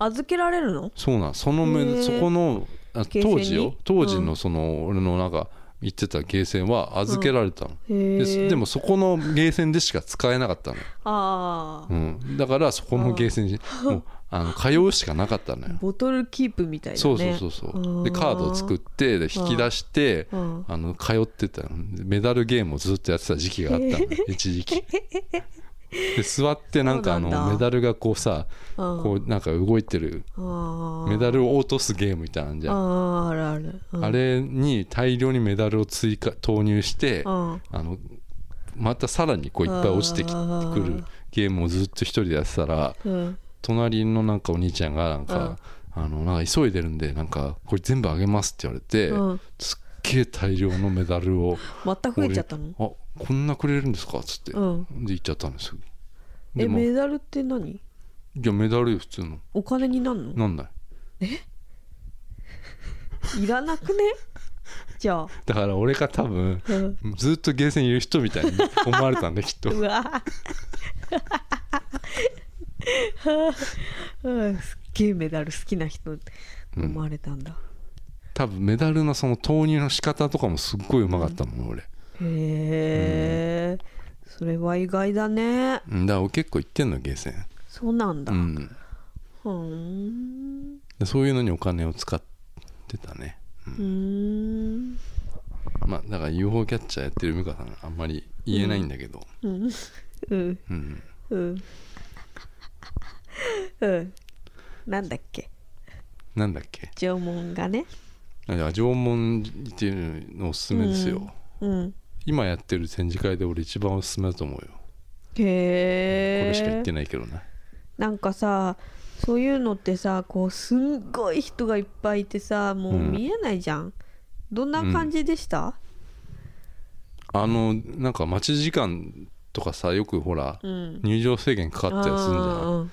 預けられるの
そうなんその
へー
めそこのあ
ゲーセンに
当時よ当時のその俺のなんか行ってたゲーセンは預けられたの、
へ
で
え
でもそこのゲーセンでしか使えなかったのよ、
あ
う
あ
ん、だからそこのゲーセンにもうあの通うしかなかったの よ
ボトルキープみたいなね
そうそうそうそうでカードを作ってで引き出して
うん
あの通ってたのメダルゲームをずっとやってた時期があったの一時期で座ってなんかあ
そうな
の
んだ
メダルがこうさこうなんか動いてる
うん
メダルを落とすゲームみたいなんじゃん
あーあるある、うん
あれに大量にメダルを追加投入してあ
うん
のまたさらにこういっぱい落ちてき
あ
く
ー
るゲームをずっと一人でやってたら
うん
隣のなんかお兄ちゃんがなんか、あのなんか急いでるんでなんかこれ全部あげますって言われて、
うん
すっげえ大量のメダルを
また増えちゃったの
俺あこんなくれるんですかっつって、
うん
で行っちゃったんですよ
え
でもい
メダルって何
やメダルよ普通の
お金になん
な
の
んない
いらなくね じゃあ、
だから俺が多分
う ん
ずっとゲーセンいる人みたいに 思われたんだきっと
うわ うんすっげえメダル好きな人って思われたんだ、
多分メダルのその投入の仕方とかもすっごいうまかったもん俺
へえ、それは意外だね
うんだから俺結構行ってんのゲーセン
そうなんだ
う、ん
ふーん
でそういうのにお金を使ってたね
うーん
まあだから UFO キャッチャーやってる美香さんあんまり言えないんだけど
うんうん
うん
うんうんなんだっけ
なんだっけ
縄文がね
あじゃあ縄文っていうのおすすめですよ、
うん
今やってる展示会で俺一番おすすめだと思うよ、
へ
これしか言っ
え
てないけどな
なんかさそういうのってさこうすんごい人がいっぱいいてさもう
うん
見えないじゃん、どんな感じでした、
あのなんか待ち時間とかさよくほら、
うん
入場制限かかったりするんじゃん
うん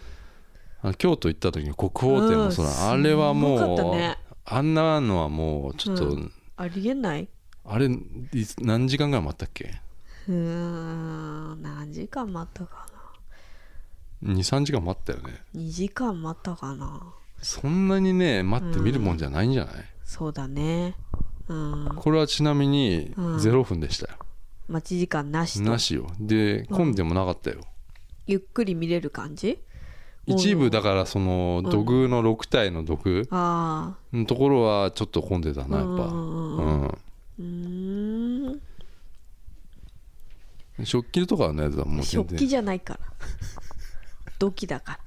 あの京都行った時に国宝展もその、
うん
あれは
すごかっ
もう、
たね
あんなのはもうちょっと、
うありえない
あれいつ何時間ぐらい待ったっけ
うーん何時間待ったか
23時間待ったよね
な2時間待ったかな
そんなにね待って見るもんじゃないんじゃない、
そうだねうん
これはちなみに
うん
0分でしたよ、
待ち時間なしと
なしよで混んでもなかったよ、
ゆっくり見れる感じうん
一部だからその土偶の6体の土偶
ああ
のところはちょっと混んでたなやっぱ、
うんうんううーん
うん食器とかはねもう全
食器
然
じゃないから 土器だか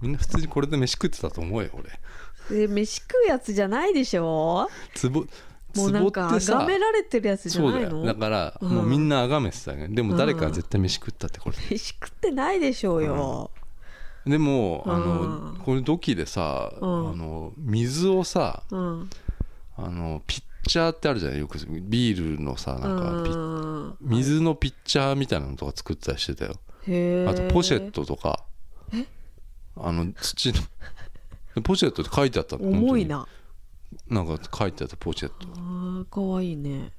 みんな普通にこれで飯食ってたと思うよ俺
らで飯食うやつじゃないでしょ
つぼ
もう
つ
な
ぼ
ん
っ
か
て
崇
さ
められてるやつじゃ
そうだ
ない
よだ
の
から
うん
もうみんなあがめてたねでも誰かは絶対飯食ったってこれ
飯食ってないでしょうよ、
でもあ
う
の
ん
これ土器でさあ
うん
の水をさ
うん、うん
あのピッチャーってあるじゃないよくビールのさなんかピ
か
水のピッチャーみたいなのとか作ったりしてたよ
へえ
あとポシェットとかあの土のポシェットって書いてあったの
重いな
本当になんか書いてあったポシェット
あーかわいいね、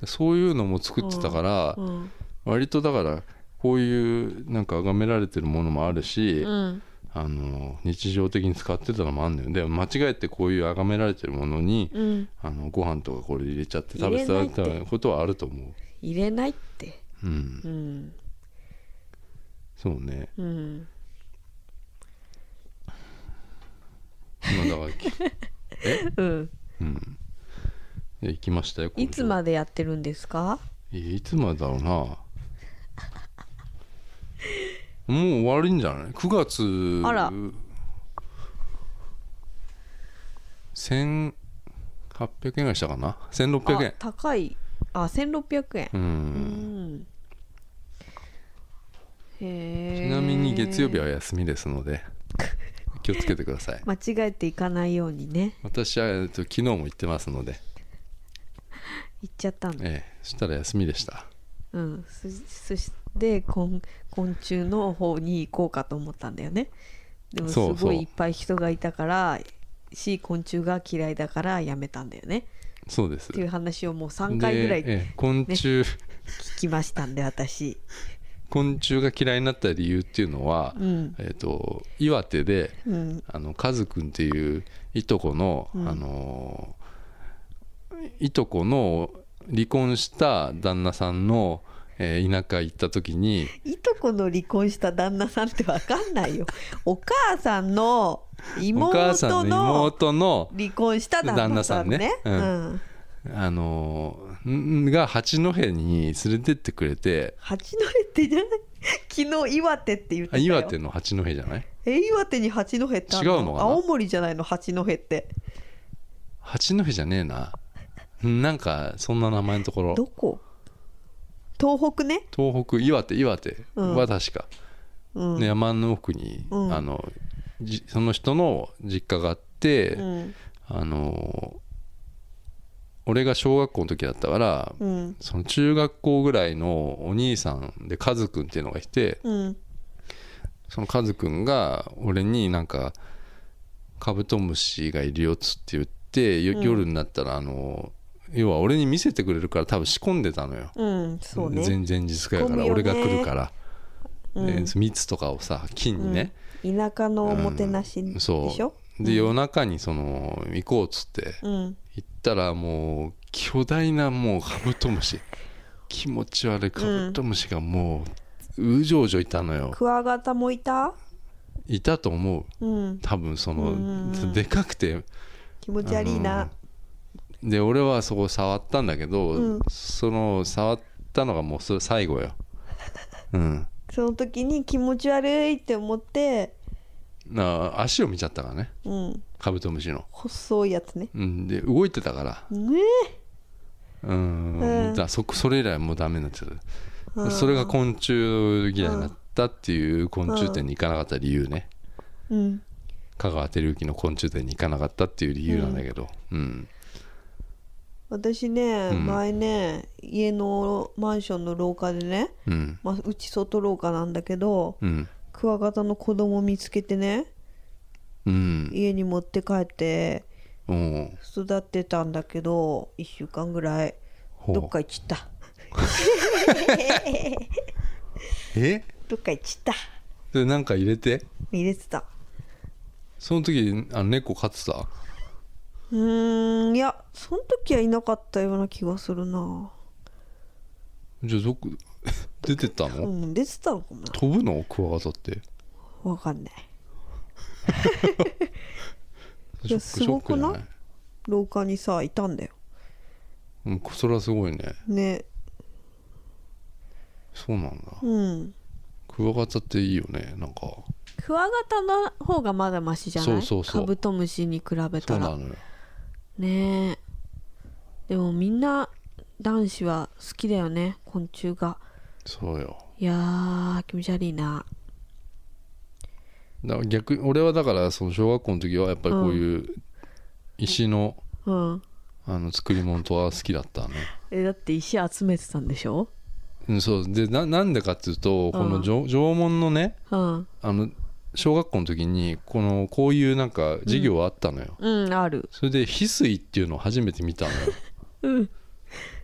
でそういうのも作ってたから
うん
割とだからこういうなんか崇められてるものもあるし、
うん、
あの日常的に使ってたのもあるんだよで間違えてこういう崇められてるものに
うん、
あのご飯とかこれ入れちゃって食べ
入れないって
てたことはあると思
入れないって
ううん
うん
そうね
うん
まあだからき
うん
うんいや行きましたよ
いつまでやってるんですか
いつまでだろうなもう終わるんじゃない9月
あら
1800円ぐらいしたかな1600
あ
円
高いあ1600円
う
うんんへ
ち
え
なみに月曜日は休みですので気をつけてください
間違えていかないようにね
私は、えっと、昨日も行ってますので、
行っちゃったんだ
ええ、そしたら休みでした
うんそそして昆昆虫の方に行こうかと思ったんだよねでもす
そうそ
ご
う
いいっぱい人がいたからし昆虫が嫌いだからやめたんだよね
そうです
っていう話をもう3回ぐらい
でえ
聞
え昆虫、
きましたんで私
昆虫が嫌いになった理由っていうのは、
うん
えっと岩手で
うん
あのカズくんっていういとこの、
うん
あのーいとこの離婚した旦那さんの、えー田舎行った時に
いとこの離婚した旦那さんってわかんな いよお母さんの
お母さ
妹
んの
の
妹の
離婚した旦那さんね
旦那さんね
うん
あのーんが八戸に連れてってくれて
八戸ってじゃない昨日岩手って言って
あ
たよ
岩手の八戸じゃない
え岩手に八戸ってある
違うのかな
青森じゃないの八戸って
八戸じゃねえななんかそんな名前のところ
どこ東北ね
東北岩手岩手
うん
は確か、
うん、
ね山の奥に、
うん
あのじその人の実家があって、
うん
あの俺が小学校の時だったから
うん
その中学校ぐらいのお兄さんでカズくんっていうのがいて
うん
そのカズくんが俺になんかカブトムシがいるよっつって言ってよ
うん
夜になったらあの要は俺に見せてくれるから多分仕込んでたのよ、
うんそうね
前々日くらいから
仕込むよ
俺
ね
が来るから、
うん
えー蜜とかをさ金にね、
田舎のおもてなしでし
そう
ょ、
で夜中にその行こうっつって
うん、
行ったらもう巨大なもうカブトムシ気持ち悪いカブトムシがもううじょうじょいたのよ、
クワガタもいた
いたと思う
うん
多分そ
うんうんう
の
ん
でかくて
気持ち悪いな、
で俺はそこ触ったんだけど、
うん
その触ったのがもうそれ最後ようん
その時に気持ち悪いって思って
な足を見ちゃったからね
うん
カブトムシの、
細いやつね
うん、で動いてたから
ね
うん、
うん
だそそれ以来もうダメになって
う
た
ん
それが昆虫嫌いになったっていう昆虫展に行かなかった理由ね
うん
香川照之の昆虫展に行かなかったっていう理由なんだけどうん
私ね、
うん
前ね家のマンションの廊下でね、
うん
まあ、うち外廊下なんだけど
うん
クワガタの子供見つけてね
うん
家に持って帰って
うん
育てたんだけど1週間ぐらい
ほう
どっか行っちゃった
え
どっか行っちゃった
でなんか入れて
入れてた
その時あの猫飼ってた
うーんいやその時はいなかったような気がするな
じゃあどこ 出てった
う
の
ん出てたのかもな
飛ぶのクワガタって
わかんないい
ショ
や
ックショックじゃない
す廊下にさいたんだよ
うんそれはすごいね
ね
そうなんだ
うん
クワガタっていいよねなんか
クワガタの方がまだマシじゃない
そうそうそう
カブトムシに比べ
そ
た
うな
ら
のよ
ねえでもみんな男子は好きだよね昆虫が
そうよ
いやー気持ち悪いな
だから逆に俺はだからその小学校の時はやっぱりこういう石の,、
うん
あの作り物とは好きだったね
えだって石集めてたんでしょ
うんそうでななんでかっていうとこの縄縄文のね
うん
あの小学校の時にこのこういうなんか授業あったのよ、
うんある
それで翡翠っていうのを初めて見たのよ、
うん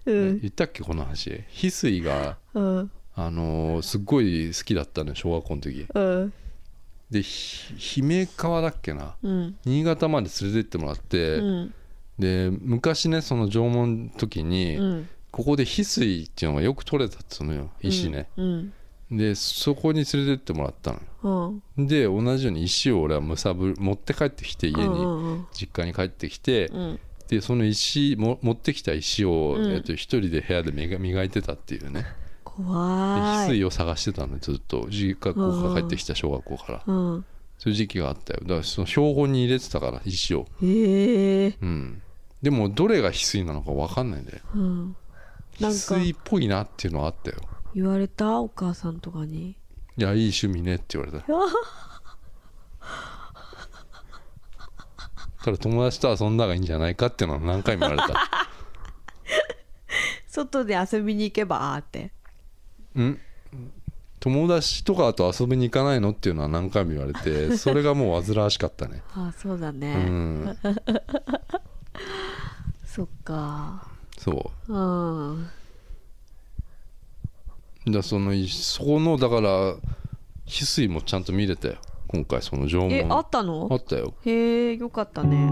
言ったっけこの話翡翠が
うん
あのーすっごい好きだったのよ小学校の時
うん
でひ姫川だっけな
うん
新潟まで連れてってもらって、
うん
で昔ねその縄文の時に、
うん
ここで翡翠っていうのがよく取れたっつうのよ石ね、
うん
でそこに連れてってもらったのよ
うん
で同じように石を俺はむさぶ持って帰ってきて家に、
うんうん
実家に帰ってきて、
うん
でその石も持ってきた石を、
うん
えっと、一人で部屋で磨磨いてたっていうねで翡
怖い
翠を探してたのずっと実家
うん
校から帰ってきた小学校から、
うん
そういう時期があったよだからその標本に入れてたから石を
ええ
うんでもどれが翡翠なのか分かんないんだよ
うん
翡
なんか
翠っぽいなっていうのはあったよ
言われたお母さんとかに
いやいい趣味ねって言われた ただ友達と遊んだ方がいいんじゃないかっていうのは何回も言われ た
外で遊びに行けばあーって
うん友達とかと遊びに行かないのっていうのは何回も言われ てそれがもう煩わしかったね
ああそうだね、
うん
そっか
そう
うん
だからそのいそこのだから翡翠もちゃんと見れたよ今回その縄文
えあ
あ
ったの
ったよ
へえよかったね
本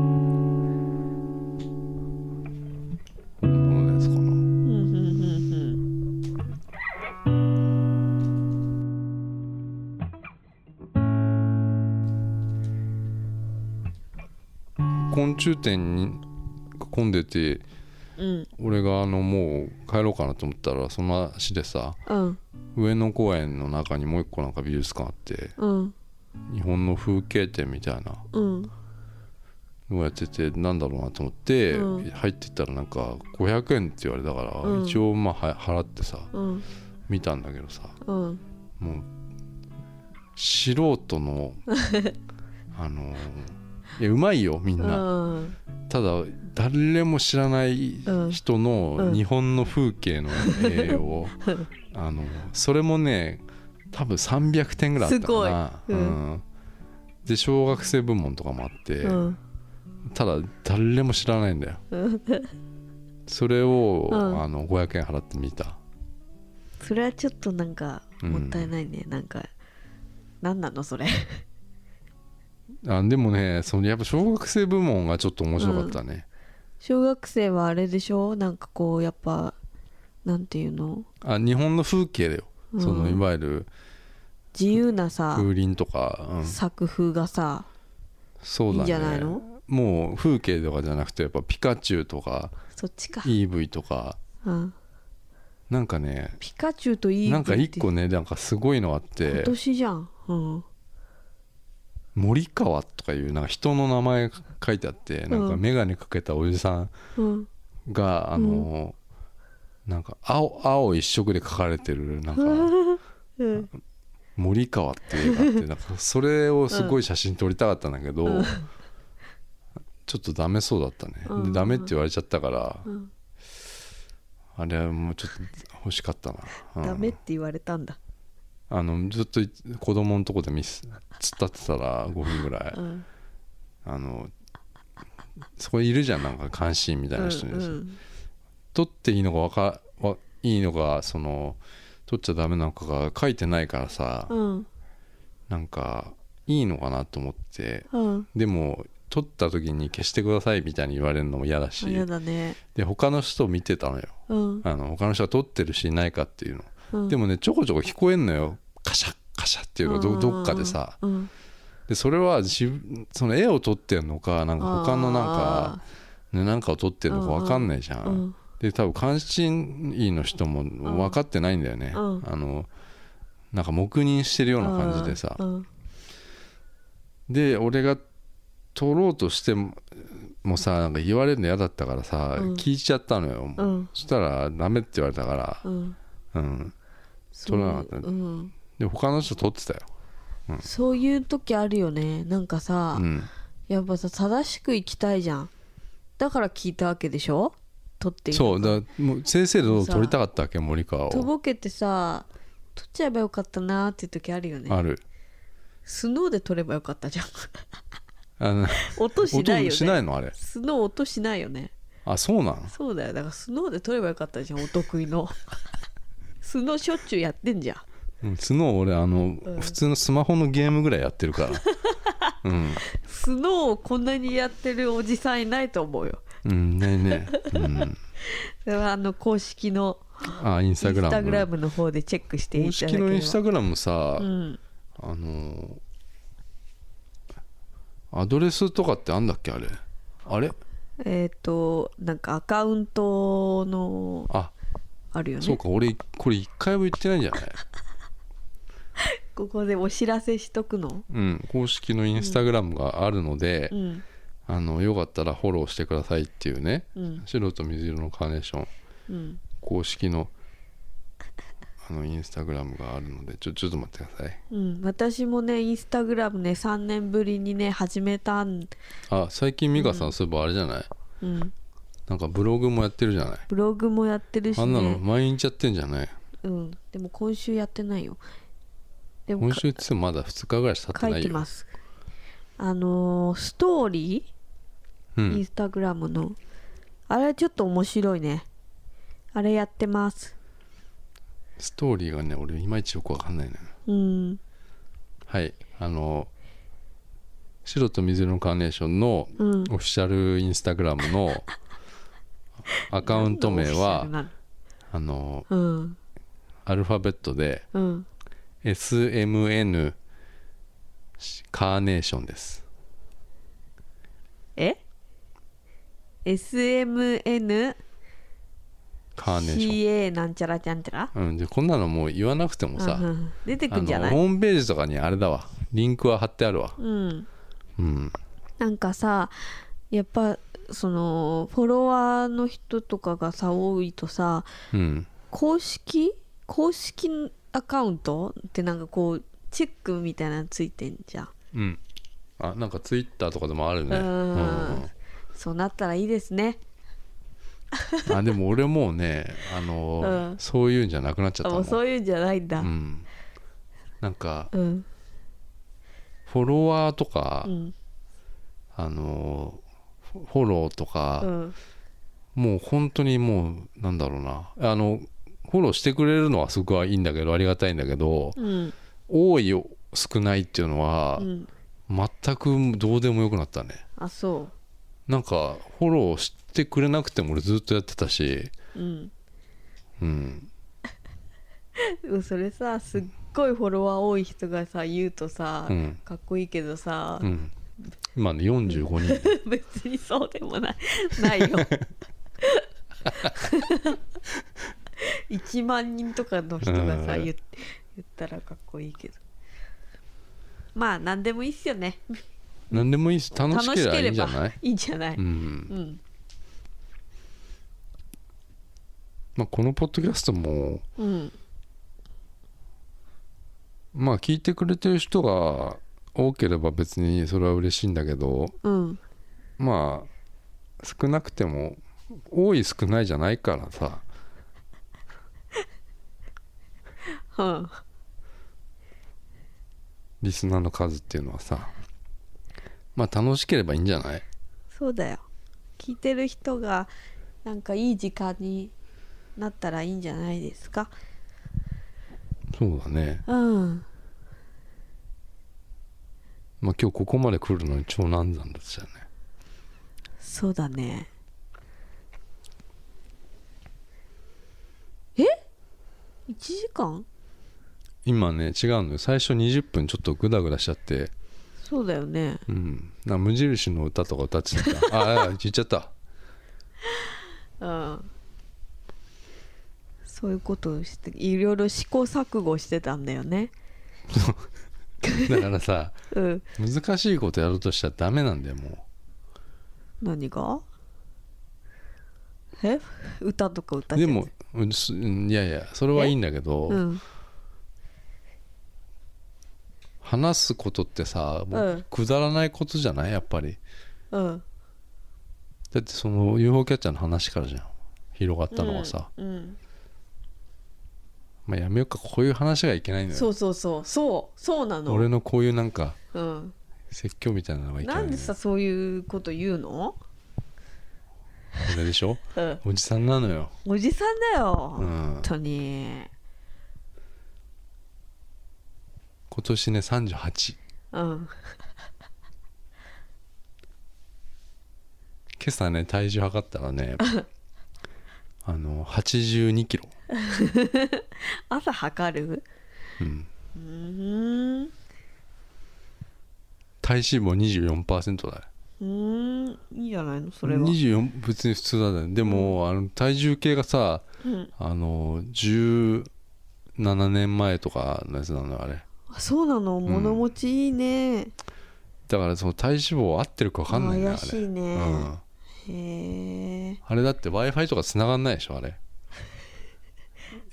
物のやつかな
うんうんうんうん
昆虫店に混んでて
うん
俺があのもう帰ろうかなと思ったらその足でさ
うん
上野公園の中にもう一個なんか美術館あって
うん
日本の風景展みたいな
うん
のをやっててなんだろうなと思って、
うん
入ってったらなんか500円って言われたから、
うん
一応まあは払ってさ
うん
見たんだけどさ
うん
もう素人 のあのいやうまいよみん
う
な、
ん
ただ誰も知らない人
うんう
の
ん
日本の風景の絵を、
うん
あのそれもね多分300点ぐらいあったかな、
すごいうん
うんで小学生部門とかもあって、
うん
ただ誰も知らないんだよそれを、
うん
あの500円払ってみた
それはちょっとなんか
うん
もったいないね、なんか何なのそれ
あでもねそのやっぱ小学生部門がちょっと面白かったね、
小学生はあれでしょなんかこうやっぱなんていうの、
あ日本の風景だよ、
うん
そのいわゆる
自由なさ
風鈴とか、うん
作風がさ
そうだ
い
ね
いんじゃないの
もう風景とかじゃなくてやっぱピカチュウとか
そっちか、
EV とか
うん、
なんかね
ピカチュウといい
なんか一個
ね
ねなんかすごいのあっ
今
て
年じゃん、うん、
森川とかいうなんか人の名前が書いてあってなんか眼鏡かけたおじさん
うん、
があのなんか青青一色で書かれてるなんか
うん、
森川っていう映画あってなんかそれをすごい写真撮りたかったんだけど
うん
ちょっとダメそうだったね
う
で
ん
ダメって言われちゃったから
うん
あれはもうちょっと欲しかったなうん
ダメって言われたんだ、
あのずっとい子供のとこでミス突っ立ってたら5分ぐらい
うん、
あのそこいるじゃんなんか監視員みたいな人に、
うんうん
撮っていいのかわかわいいのかその撮っちゃダメなのかが書いてないからさ、
うん
なんかいいのかなと思って
うん
でも撮った時に消してくださいみたいに言われるのも嫌だし
嫌だね
で他の人を見てたのよ
うん
あの他の人が撮ってるしいないかっていうの、
うん
でもねちょこちょこ聞こえんのよカシャッカシャッっていうのがどどっかでさ、
うん
でそれはしその絵を撮ってんのかなんか他のなん
あ
か、ね、なんかを撮ってんのか分かんないじゃん、
ーうん
で多分監視員の人も分かってないんだよね、
うん
あのなんか黙認してるような感じでさ、
うん
で俺が撮ろうとしてももうさなんか言われるの嫌だったからさ、
うん
聞いちゃったのよ、
うん
そしたらダメって言われたから
うん
うん
そ
撮
う
らなかった
うん
で他の人撮ってたよ、
そういう時あるよねなんかさ、
うん、
やっぱさ正しく生きたいじゃんだから聞いたわけでしょ撮っていい
そうだからもう正々堂々撮りたかったわけ森川
と
を
ぼけてさ撮っちゃえばよかったなーっていう時あるよね
ある
スノーで撮ればよかっ たじゃん
あの
音しないよね
音しないのあれ
スノー音しないよね
あそうなん
そうだよだからスノーで撮ればよかったじゃんお得 意のスノーしょっちゅうやってんじゃん
うんスノー俺あの、
うん
普通のスマホのゲームぐらいやってる からうん、
スノーをこんなにやってるおじさんいないと思うよ
うん、ねえねえ、うん、
それはあの公式の
あインス
イ
タ
ン
グラ
ス
ム
タグラムの方でチェックして
公
いただ
式
ければ
のインスタグラムさ、
うん
あのアドレスとかってあんだっけあれあれ
えっ、となんかアカウントの
あ
あるよ
そう
ね
か俺これ一回も言ってないんじゃない
ここでお知らせしとくの
うん公式のインスタグラムがあるので
う、ん
あのよかったらフォローしてくださいっていうね
うん
白と水色のカーネーション
うん
公式のあのインスタグラムがあるのでちょちょっと待ってください
うん、私もねインスタグラムね3年ぶりにね始めたん、
あ最近美香さんそういえばあれじゃない、
うん、
なんかブログもやってるじゃない
ブログもやってるしね
あんなの毎日やってんじゃない
うん、でも今週やってないよでも
今
か
週っつってもまだ2日ぐらいしか経って
書
ないい
て
よ
ますあのーストーリ
う
ー、イン
ん
スタグラムのあれちょっと面白いねあれやってます
ストーリーがね俺いまいちよくわかんないのよ
うん
はいあの白と水色のカーネーションの
うん
オフィシャルインスタグラム のアカウント名は
何の
あの
オフィシャルなのうん
アルファベットで
うん
SMN カーネーションです
え ?SMNCA
カーネーション
なんちゃらちゃんちゃら
うん、でこんなのもう言わなくてもさ、
うんうん出てく
あ
ん
の
じゃない
ホームページとかにあれだわリンクは貼ってあるわ
うん
うん
なんかさやっぱそのフォロワーの人とかがさ多いとさ
うん
公式公式アカウントってなんかこうチェックみたいなのついてんじゃん、
うんあなんかツイッターとかでもあるね
う
うんん
そうなったらいいですね
あでも俺もうねあの、
うん
そういうんじゃなくなっちゃっ
あ
た
も
もん
うそういうんじゃないんだ
うん、なんか
うん
フォロワーとか、
うん
あのフォローとか、
うん
もう本当にもうなんだろうなあのフォローしてくれるのはすごいいいんだけどありがたいんだけど
うん
多い少ないっていうのは
うん
全くどうでもよくなったね
あそ
なんかフォローしてくれなくても俺ずっとやってたし
ううん
うん
でもそれさすっごいフォロワー多い人がさ言うとさ、
うん
かっこいいけどさ
う、ん今ね45人
別にそうでもないないよ 1万人とかの人がさ、
うん
言っ言ったらかっこいいけどまあ何でもいいっすよね
何でもいいし楽し
楽
け
し
れば
け
いい
れ
んじゃ
ば
ない
いいんじゃない、
うん
うん
まあこのポッドキャストも
うん
まあ聞いてくれてる人が多ければ別にそれは嬉しいんだけど
うん
まあ少なくても多い少ないじゃないからさ
うん
リスナーの数っていうのはさまあ楽しければいいんじゃない
そうだよ聞いてる人がなんかいい時間になったらいいんじゃないですか
そうだね
うん
まあ今日ここまで来るのに超難産だったよね
そうだねえ1時間
今ね違うのよ最初20分ちょっとグダグダしちゃって、
そうだよね
うん、なんか無印の歌とか歌ってた からああ言っちゃった
うんそういうことをしていろいろ試行錯誤してたんだよね
だからさ
うん
難しいことやろうとしちゃダメなんだよもう
何がえ歌とか歌って
でもうんすうんいやいやそれはいいんだけど、
うん
話すことってさもう
うん
くだらないことじゃないやっぱり
うん
だってその UFO キャッチャーの話からじゃん広がったのがさ、
うん
まあ、やめようかこういう話がいけないんだ
そ
よ
うそうそうそうそうなの
俺のこういうなんか
うん、
説教みたいなのはいけな
ない
の
ん
よ
でさそういうこと言うの、
あれでしょ
うん、
おじさんなのよ
おじさんだよ、
うん
本当に
今年ね38
うん
今朝ね体重測ったら ねあの82キロ
朝測る
うん
うーんう
体脂肪24%だよ
ーんいいじゃないのそれは、
24別に普通だねでも、あの体重計がさ
うん、
あの17年前とかのやつなのよあれ
あそうなの
ん
物持ちいいね、
だからその体脂肪合ってるか分かんないねあれ
怪しいね
うん、
へー
あれだって w i f i とか繋がんないでしょあれ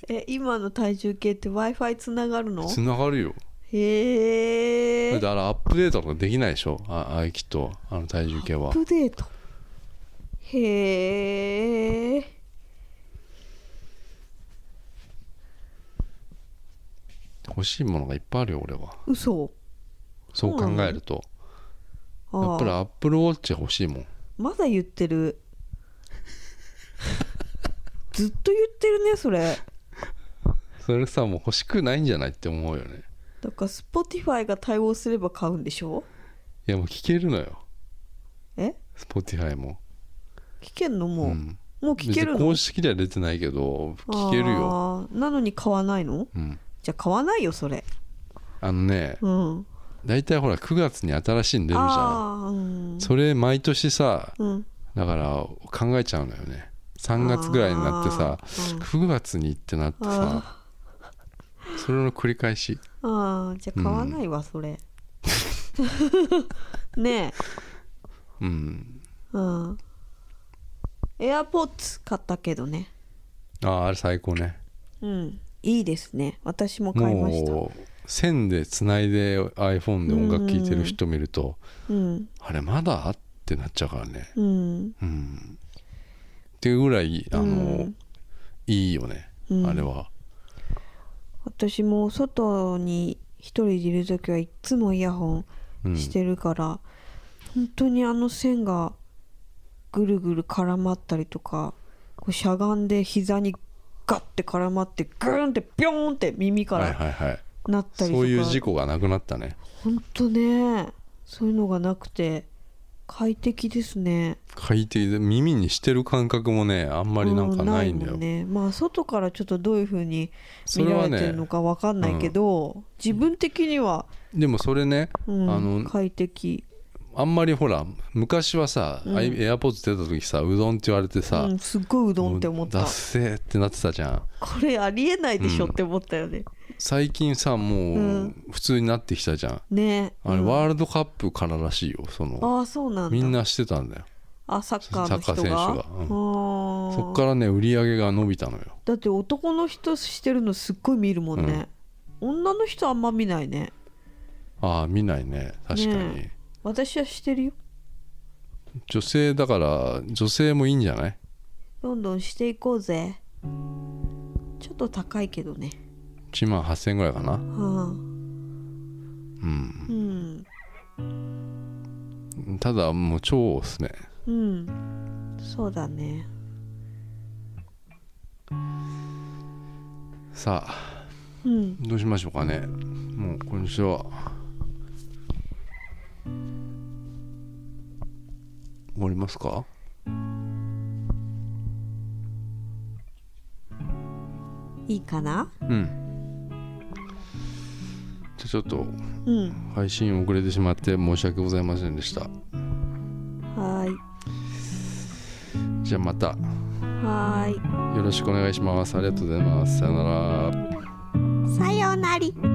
え今の体重計って w i f i つながるの
繋がるよ
へ
だ
え
ってあれアップデートとかできないでしょああれきっとあの体重計
ア
は
ップデートへえ
欲しいものがいっぱいあるよ俺は
嘘
そう考えると
あ
や
あ
っぱりアップルウォッチ欲しいもん
まだ言って るずっと言ってるねそれ
それさもう欲しくないんじゃないって思うよね
だから Spotify が対応すれば買うんでしょ
いやもう聞けるのよ
え
Spotify も
聞けんのもう、
うん
もう聞ける
別
の
に公式では出てないけど聞けるよ、
あーなのに買わないの
うん、
じゃあ買わないよそれ
あのね
うん
大体ほら9月に新しいの出るじゃ
あーうん
んそれ毎年さ
うん
だから考えちゃうのよね3月ぐらいになってさ
あーうん
9月にってなってさそれの繰り返し
あーじゃあ買わないわ、それ ねえ
うん
うんエアポッツ買ったけどね
あああれ最高ね
うんいいですね私も買いました
もう線でつないで iPhone で音楽聴いてる人見ると
うん
あれまだってなっちゃうからね
うん
うんっていうぐらいあの、
うん
いいよね、
うん
あれは
私も外に一人でいる時はいっつもイヤホンしてるから、本当にあの線がぐるぐる絡まったりとかこうしゃがんで膝にガッて絡まってグーンってピョーンって耳か
はい
ら
はいはい
なったりとか、
そういう事故がなくなったね
ほんとねそういうのがなくて快適ですね
快適で耳にしてる感覚もねあんまりなんかないんだよ、
うね、まあ外からちょっとどういうふうに
そ
見
れ
ら
は
れて
ね
るのかわかんないけど、自分的には、
でもそれね
うん
あの
快適
あんまりほら昔はさ、
うん
あいエアポッド出た時さうどんって言われてさ、
うん、すっごいうどんって思った
もうダッセーってなってたじゃん
これありえないでしょ
うん
って思ったよね、
最近さも
う
う普通になってきたじゃん、
ね
あれ
うん
ワールドカップかららしいよその
ああそうなんだ
みんなしてたんだよ
あサッカーの人が
サッカー選手がう
あー
そっからね売り上げが伸びたのよ
だって男の人してるのすっごい見るもんね、女の人あんま見ないね
ああ見ないね確かに、
ね私はしてるよ
女性だから女性もいいんじゃない
どんどんしていこうぜちょっと高いけどね
1万8000円ぐらいかな
はあ
うん
うん
ただもう超おすすめ
うんそうだね
さあ
うん
どうしましょうかねもうこんにちは終わりますか
いいかな
うんじゃあちょっと
うん
配信遅れてしまって申し訳ございませんでした
はーい
じゃあまた
はー
よろしくお願いしますありがとうございますさよなら
いさようなり